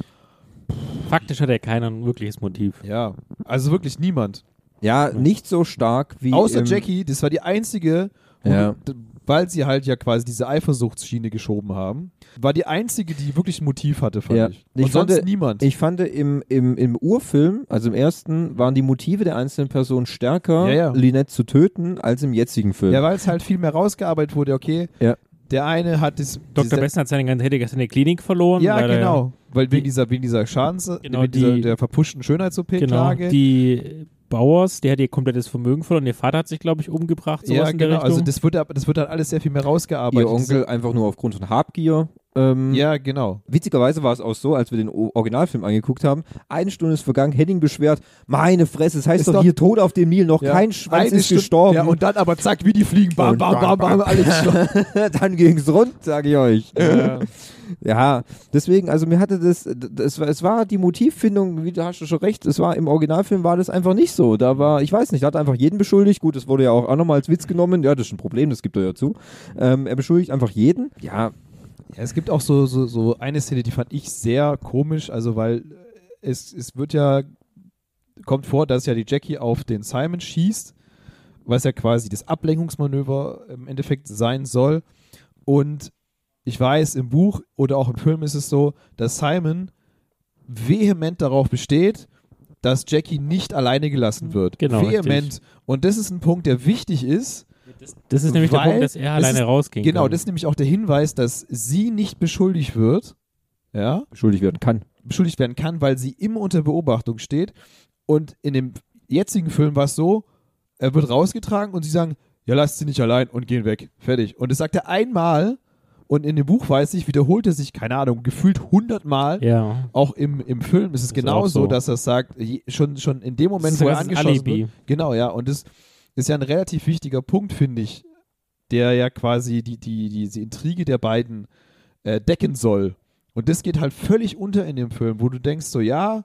Speaker 2: Faktisch hat er kein wirkliches Motiv.
Speaker 3: ja, also wirklich niemand.
Speaker 1: ja, nicht so stark wie.
Speaker 3: Außer
Speaker 1: im,
Speaker 3: Jackie, das war die einzige, wo
Speaker 1: Ja.
Speaker 3: du- d- weil sie halt ja quasi diese Eifersuchtsschiene geschoben haben, war die einzige, die wirklich ein Motiv hatte, fand
Speaker 1: Ja.
Speaker 3: ich.
Speaker 1: Ich
Speaker 3: Und
Speaker 1: fand, äh,
Speaker 3: sonst niemand.
Speaker 1: Ich fand im, im, im Urfilm, also im ersten, waren die Motive der einzelnen Personen stärker,
Speaker 3: Ja, ja.
Speaker 1: Lynette zu töten, als im jetzigen Film.
Speaker 3: ja, weil es halt viel mehr rausgearbeitet wurde, okay,
Speaker 1: Ja.
Speaker 3: der eine hat das.
Speaker 2: Dr.
Speaker 3: diese-
Speaker 2: Bessen hat seine ganze, hätte gestern eine Klinik verloren.
Speaker 3: Ja,
Speaker 2: weil er-
Speaker 3: genau. Weil
Speaker 2: die-
Speaker 3: wegen dieser, wegen dieser Schadens,
Speaker 2: Genau,
Speaker 3: wegen dieser,
Speaker 2: die-
Speaker 3: der verpuschten
Speaker 2: Genau,
Speaker 3: Schönheits-OP-Klage.
Speaker 2: die Bauers, der hat ihr komplettes Vermögen verloren. Ihr Vater hat sich, glaube ich, umgebracht. Sowas
Speaker 3: ja,
Speaker 2: in der
Speaker 3: genau. Also
Speaker 2: Richtung.
Speaker 3: das wird, ab- das wird halt alles sehr viel mehr rausgearbeitet.
Speaker 1: Ihr Onkel einfach nur aufgrund von Habgier. Ähm,
Speaker 3: Ja, genau.
Speaker 1: Witzigerweise war es auch so, als wir den O- Originalfilm angeguckt haben, eine Stunde ist vergangen, Henning beschwert, meine Fresse, es heißt
Speaker 3: Ist
Speaker 1: doch,
Speaker 3: doch-
Speaker 1: hier Tod auf dem Nil, noch
Speaker 3: Ja.
Speaker 1: kein Schwanz
Speaker 3: Eine
Speaker 1: ist
Speaker 3: Stunde-
Speaker 1: gestorben.
Speaker 3: Ja, und dann aber zack, wie die fliegen, bam,
Speaker 1: Und
Speaker 3: bam,
Speaker 1: bam,
Speaker 3: bam, bam, alle gestorben.
Speaker 1: dann ging's rund, sage ich euch.
Speaker 3: Ja.
Speaker 1: Ja, deswegen, also mir hatte das, das, war- es war die Motivfindung, wie du hast du schon recht, es war im Originalfilm war das einfach nicht so. Da war, ich weiß nicht, da hat einfach jeden beschuldigt. Gut, das wurde ja auch, auch nochmal als Witz genommen. Ja, das ist ein Problem, das gibt er ja zu. Ähm, er beschuldigt einfach jeden. Ja,
Speaker 3: Ja, es gibt auch so, so, so eine Szene, die fand ich sehr komisch, also weil es, es wird ja, kommt vor, dass ja die Jackie auf den Simon schießt, was ja quasi das Ablenkungsmanöver im Endeffekt sein soll. Und ich weiß, im Buch oder auch im Film ist es so, dass Simon vehement darauf besteht, dass Jackie nicht alleine gelassen wird.
Speaker 2: Genau,
Speaker 3: Vehement.
Speaker 2: richtig.
Speaker 3: Und das ist ein Punkt, der wichtig ist,
Speaker 2: Das ist nämlich der
Speaker 3: Weil
Speaker 2: Punkt, dass er
Speaker 3: es
Speaker 2: alleine
Speaker 3: ist-
Speaker 2: rausging.
Speaker 3: Genau,
Speaker 2: kann.
Speaker 3: das ist nämlich auch der Hinweis, dass sie nicht beschuldigt wird, ja,
Speaker 1: beschuldigt werden kann.
Speaker 3: beschuldigt werden kann, weil sie immer unter Beobachtung steht. Und in dem jetzigen Film war es so, er wird rausgetragen und sie sagen, ja, lasst sie nicht allein und gehen weg. Fertig. Und das sagt er einmal und in dem Buch weiß ich, wiederholt er sich, keine Ahnung, gefühlt hundertmal.
Speaker 2: Ja.
Speaker 3: Auch im, im Film ist es
Speaker 2: Ist auch
Speaker 3: genauso,
Speaker 2: so.
Speaker 3: dass er sagt, je- schon, schon in dem
Speaker 2: Das
Speaker 3: Moment,
Speaker 2: ist ein
Speaker 3: wo er
Speaker 2: ganzes
Speaker 3: angeschossen
Speaker 2: Alibi.
Speaker 3: wird. Genau, ja. Und das ist ja ein relativ wichtiger Punkt, finde ich, der ja quasi die, die, diese Intrige der beiden äh, decken soll. Und das geht halt völlig unter in dem Film, wo du denkst, so ja,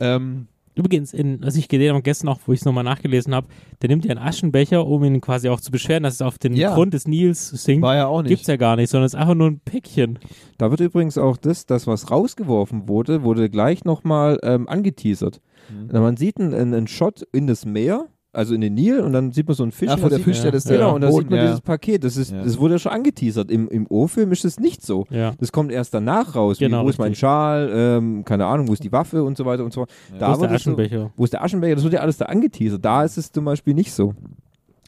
Speaker 3: ähm,
Speaker 2: Übrigens, in, was ich gesehen habe, gestern auch, wo ich es nochmal nachgelesen habe, der nimmt ja einen Aschenbecher, um ihn quasi auch zu beschweren, dass es auf den
Speaker 3: Ja.
Speaker 2: Grund des Nils sinkt.
Speaker 3: war ja auch nicht.
Speaker 2: Gibt's ja gar nicht, sondern es ist einfach nur ein Päckchen.
Speaker 1: Da wird übrigens auch das, das was rausgeworfen wurde, wurde gleich nochmal ähm, angeteasert.
Speaker 2: Mhm.
Speaker 1: Na, man sieht einen, einen, einen Shot in das Meer, also in den Nil, und dann sieht man so einen Fisch.
Speaker 3: ja,
Speaker 1: und
Speaker 3: von
Speaker 1: da
Speaker 3: der
Speaker 1: sieht,
Speaker 3: Fisch, der
Speaker 2: ja.
Speaker 3: das
Speaker 1: genau,
Speaker 3: da
Speaker 1: und da
Speaker 3: am
Speaker 1: sieht man
Speaker 3: Boden, ja.
Speaker 1: dieses Paket. Das, ist,
Speaker 3: Ja.
Speaker 1: das wurde ja schon angeteasert. Im, im O-Film ist es nicht so.
Speaker 2: Ja.
Speaker 1: Das kommt erst danach raus.
Speaker 2: Genau,
Speaker 1: wie, wo ist mein
Speaker 2: richtig.
Speaker 1: Schal? Ähm, keine Ahnung, wo ist die Waffe und so weiter und so fort.
Speaker 3: Ja.
Speaker 2: Wo
Speaker 1: Da
Speaker 2: ist der
Speaker 1: wurde so,
Speaker 2: Aschenbecher?
Speaker 1: wo ist der Aschenbecher? Das wird ja alles da angeteasert. Da ist es zum Beispiel nicht so.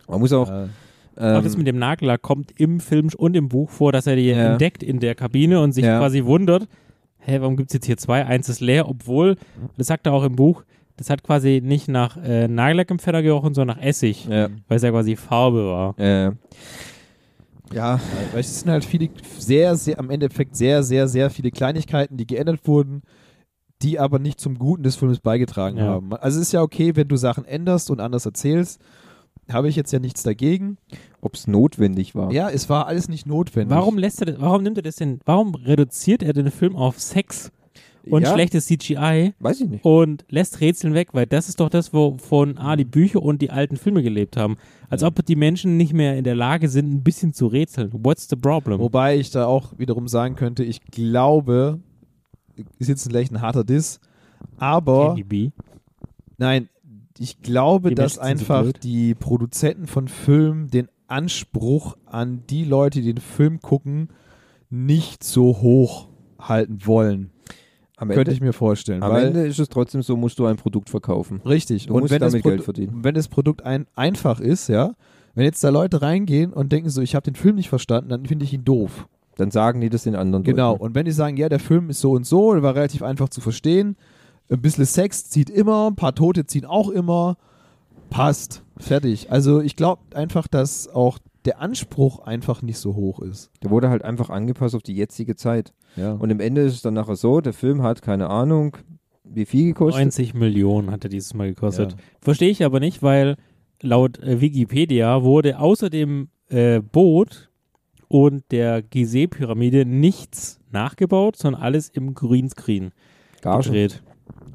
Speaker 1: Man muss auch.
Speaker 3: Äh,
Speaker 2: auch das
Speaker 1: Ähm,
Speaker 2: mit dem Nagellack kommt im Film und im Buch vor, dass er die
Speaker 1: Ja.
Speaker 2: entdeckt in der Kabine und sich
Speaker 1: Ja.
Speaker 2: quasi wundert, hä, warum gibt es jetzt hier zwei? Eins ist leer, obwohl, das sagt er auch im Buch, das hat quasi nicht nach äh, Nagellackempfänger gerochen, sondern nach Essig,
Speaker 1: ja,
Speaker 2: weil es ja quasi Farbe war.
Speaker 1: äh, ja,
Speaker 3: Weil es sind halt viele, sehr, sehr, am Endeffekt sehr, sehr, sehr viele Kleinigkeiten, die geändert wurden, die aber nicht zum Guten des Films beigetragen
Speaker 2: Ja.
Speaker 3: haben. Also es ist ja okay, wenn du Sachen änderst und anders erzählst, habe ich jetzt ja nichts dagegen.
Speaker 1: Ob es notwendig war.
Speaker 3: Ja, es war alles nicht notwendig.
Speaker 2: Warum lässt er das, warum nimmt er das denn, warum reduziert er den Film auf Sex und
Speaker 1: Ja,
Speaker 2: schlechtes CGI
Speaker 1: Weiß ich nicht.
Speaker 2: und lässt Rätseln weg, weil das ist doch das, wovon A, die Bücher und die alten Filme gelebt haben. Als ob die Menschen nicht mehr in der Lage sind, ein bisschen zu rätseln. What's the problem?
Speaker 3: Wobei ich da auch wiederum sagen könnte, ich glaube, ist jetzt vielleicht ein harter Diss, aber
Speaker 2: Candy Bee.
Speaker 3: nein, ich glaube,
Speaker 2: Die
Speaker 3: dass
Speaker 2: Menschen sind so
Speaker 3: einfach
Speaker 2: blöd.
Speaker 3: die Produzenten von Filmen den Anspruch an die Leute, die den Film gucken, nicht so hoch halten wollen.
Speaker 1: Am
Speaker 3: Könnte
Speaker 1: Ende,
Speaker 3: ich mir vorstellen.
Speaker 1: am
Speaker 3: weil
Speaker 1: Ende ist es trotzdem so, musst du ein Produkt verkaufen.
Speaker 3: Richtig.
Speaker 1: Du
Speaker 3: und
Speaker 1: musst
Speaker 3: wenn das
Speaker 1: damit
Speaker 3: Produ-
Speaker 1: Geld verdienen.
Speaker 3: Wenn das Produkt ein, einfach ist, ja, wenn jetzt da Leute reingehen und denken so, ich habe den Film nicht verstanden, dann finde ich ihn doof.
Speaker 1: Dann sagen die das den anderen.
Speaker 3: Genau.
Speaker 1: Leuten.
Speaker 3: Und wenn die sagen, ja, der Film ist so und so, der war relativ einfach zu verstehen, ein bisschen Sex zieht immer, ein paar Tote ziehen auch immer, passt, fertig. Also ich glaube einfach, dass auch der Anspruch einfach nicht so hoch ist.
Speaker 1: Der wurde halt einfach angepasst auf die jetzige Zeit.
Speaker 3: Ja.
Speaker 1: Und am Ende ist es dann nachher so, der Film hat keine Ahnung, wie viel gekostet.
Speaker 2: 90 Millionen hat er dieses Mal gekostet.
Speaker 3: Ja.
Speaker 2: Verstehe ich aber nicht, weil laut äh, Wikipedia wurde außer dem äh, Boot und der Gizeh-Pyramide nichts nachgebaut, sondern alles im Greenscreen
Speaker 1: Gage.
Speaker 2: gedreht.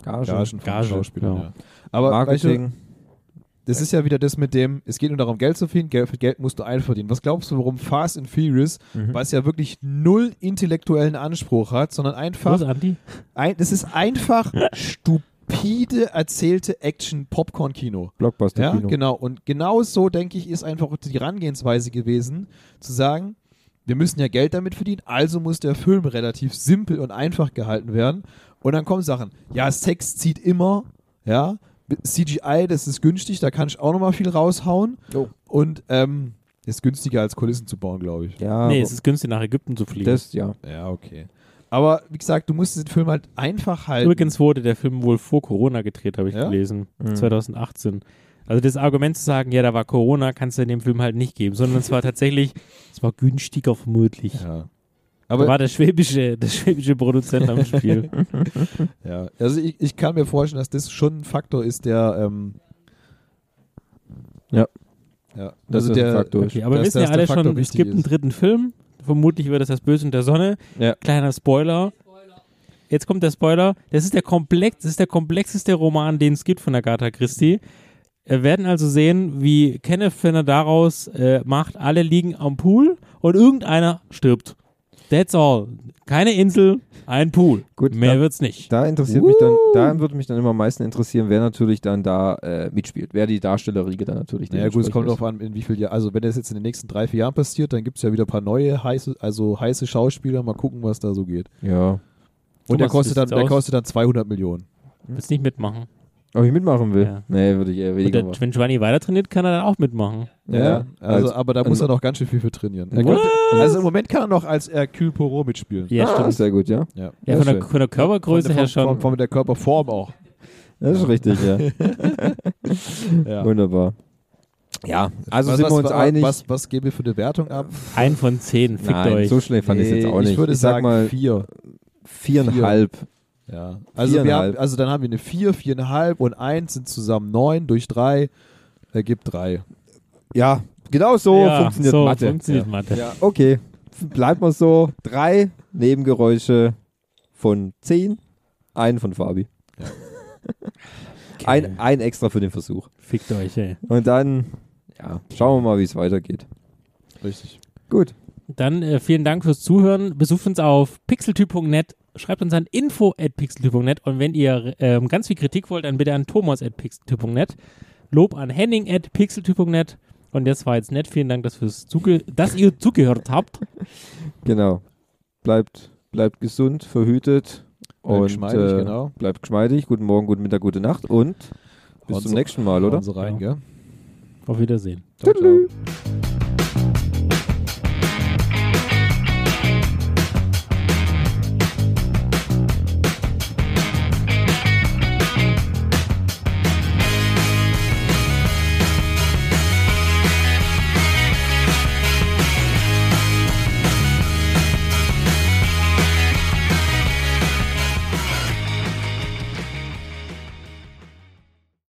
Speaker 1: Gage.
Speaker 3: Gagen von
Speaker 2: Gage,
Speaker 3: Schauspielern.
Speaker 2: genau.
Speaker 3: Ja. Aber weißt du,
Speaker 1: Marketing.
Speaker 3: Das ist ja wieder das mit dem, es geht nur darum, Geld zu verdienen, Geld, Geld musst du einverdienen. Was glaubst du, warum Fast and Furious,
Speaker 2: Mhm.
Speaker 3: was ja wirklich null intellektuellen Anspruch hat, sondern
Speaker 2: Was,
Speaker 3: einfach,
Speaker 2: Andi?
Speaker 3: ein, das ist einfach stupide erzählte Action-Popcorn-Kino.
Speaker 1: Blockbuster.
Speaker 3: Ja,
Speaker 1: Kino.
Speaker 3: genau. Und genau so, denke ich, ist einfach die Herangehensweise gewesen, zu sagen, wir müssen ja Geld damit verdienen, also muss der Film relativ simpel und einfach gehalten werden. Und dann kommen Sachen, ja, Sex zieht immer, ja, CGI, das ist günstig, da kann ich auch nochmal viel raushauen.
Speaker 1: Oh.
Speaker 3: Und ähm, ist günstiger als Kulissen zu bauen, glaube ich.
Speaker 1: Ja,
Speaker 2: nee, es ist günstig, nach Ägypten zu fliegen.
Speaker 1: das, ja.
Speaker 3: Ja, okay. Aber wie gesagt, du musst den Film halt einfach halten.
Speaker 2: Übrigens wurde der Film wohl vor Corona gedreht, habe ich
Speaker 3: Ja? Mhm.
Speaker 2: gelesen. 2018. Also das Argument zu sagen, ja, da war Corona, kannst du in dem Film halt nicht geben, sondern es war tatsächlich, es war günstiger vermutlich.
Speaker 3: Ja.
Speaker 2: Da
Speaker 3: Aber
Speaker 2: war der schwäbische, der schwäbische Produzent am Spiel.
Speaker 3: Ja, also ich, ich kann mir vorstellen, dass das schon ein Faktor ist, der. Ähm,
Speaker 1: Ja.
Speaker 3: Ja,
Speaker 1: Das
Speaker 3: also
Speaker 1: ist
Speaker 3: der.
Speaker 1: ein Faktor.
Speaker 2: Okay, aber wir
Speaker 3: Dass
Speaker 2: wissen
Speaker 3: das
Speaker 2: ja
Speaker 3: der
Speaker 2: alle
Speaker 3: Faktor
Speaker 2: schon, es
Speaker 3: wichtig
Speaker 2: gibt einen
Speaker 3: ist.
Speaker 2: dritten Film. Vermutlich wird das das Böse und der Sonne.
Speaker 1: Ja.
Speaker 2: Kleiner Spoiler. Jetzt kommt der Spoiler. Das ist der komplex, das ist der komplexeste Roman, den es gibt von Agatha Christie. Wir werden also sehen, wie Kenneth Fenner daraus äh, macht, alle liegen am Pool und irgendeiner stirbt. That's all. Keine Insel, ein Pool.
Speaker 1: Gut,
Speaker 2: Mehr
Speaker 1: da-
Speaker 2: wird's nicht.
Speaker 1: Da interessiert mich dann, da würde mich dann immer am meisten interessieren, wer natürlich dann da äh, mitspielt. Wer die Darstellerriege dann natürlich
Speaker 3: Naja, gut, es kommt
Speaker 1: dementsprechend
Speaker 3: darauf an, in wie viel Jahr. Also, wenn das jetzt in den nächsten drei, vier Jahren passiert, dann gibt es ja wieder ein paar neue, heiße, also heiße Schauspieler. Mal gucken, was da so geht.
Speaker 1: ist. Ja.
Speaker 3: Und der
Speaker 2: Thomas,
Speaker 3: kostet,
Speaker 2: wie
Speaker 3: dann,
Speaker 2: sieht's
Speaker 3: der
Speaker 2: aus?
Speaker 3: kostet dann 200 Millionen.
Speaker 2: Willst nicht mitmachen.
Speaker 1: Ob ich mitmachen will?
Speaker 2: Ja.
Speaker 1: Nee, würde ich eher
Speaker 2: Und
Speaker 1: weniger
Speaker 2: der,
Speaker 1: machen.
Speaker 2: wenn Giovanni weiter trainiert, kann er dann auch mitmachen.
Speaker 1: Ja,
Speaker 3: Also,
Speaker 1: also-
Speaker 3: aber da muss er noch ganz schön viel für trainieren. Er
Speaker 2: Was?
Speaker 3: könnte, also, im Moment kann er noch als Hercule Poirot mitspielen.
Speaker 2: Ja,
Speaker 1: ah,
Speaker 2: stimmt.
Speaker 1: sehr gut, ja.
Speaker 3: Ja.
Speaker 2: Ja,
Speaker 1: sehr
Speaker 2: von der,
Speaker 1: schön.
Speaker 2: von der Körpergröße
Speaker 3: Von-
Speaker 2: her
Speaker 3: von,
Speaker 2: schon.
Speaker 3: Von, von der Körperform auch.
Speaker 1: Das ist richtig, ja.
Speaker 3: Ja.
Speaker 1: Wunderbar. Ja, also sind wir uns
Speaker 3: was,
Speaker 1: einig.
Speaker 3: Was, was geben wir für eine Wertung ab?
Speaker 2: Ein von zehn, fickt
Speaker 1: Nein,
Speaker 2: euch.
Speaker 1: so schnell fand ich es jetzt
Speaker 3: Nee,
Speaker 1: auch nicht.
Speaker 3: Ich würde
Speaker 1: sag
Speaker 3: sagen
Speaker 1: mal
Speaker 3: vier.
Speaker 1: viereinhalb.
Speaker 3: Ja. Also, wir
Speaker 1: Viereinhalb.
Speaker 3: haben, also dann haben wir eine vier, viereinhalb und eins sind zusammen neun durch drei ergibt drei.
Speaker 1: Ja, genau so
Speaker 2: ja,
Speaker 1: funktioniert
Speaker 2: so
Speaker 1: Mathe.
Speaker 2: Funktioniert
Speaker 1: ja.
Speaker 2: Mathe.
Speaker 1: Ja, okay. Bleibt mal so. Drei Nebengeräusche von zehn. Einen von Fabi. Ein, ein extra für den Versuch.
Speaker 2: Fickt euch, ey.
Speaker 1: Und dann, ja, schauen wir mal, wie es weitergeht.
Speaker 3: Richtig.
Speaker 1: Gut.
Speaker 2: Dann äh, vielen Dank fürs Zuhören. Besucht uns auf pixeltyp.net. Schreibt uns an info at pixeltyp.net. Und wenn ihr ähm, ganz viel Kritik wollt, dann bitte an thomas at pixeltyp.net. Lob an henning at pixeltyp.net. Und das war jetzt nett. Vielen Dank, dass, fürs zuge dass ihr zugehört habt.
Speaker 1: Genau. Bleibt, bleibt gesund, verhütet.
Speaker 3: Bleibt
Speaker 1: und
Speaker 3: geschmeidig,
Speaker 1: äh,
Speaker 3: genau.
Speaker 1: bleibt geschmeidig. Guten Morgen, guten Mittag, gute Nacht und bis
Speaker 3: Hauen
Speaker 1: zum
Speaker 3: Sie-
Speaker 1: nächsten Mal, oder? Genau.
Speaker 3: Hauen Sie rein,
Speaker 2: Ja.
Speaker 3: gell?
Speaker 2: Auf Wiedersehen.
Speaker 3: Ciao, ciao.
Speaker 1: Tüdelü.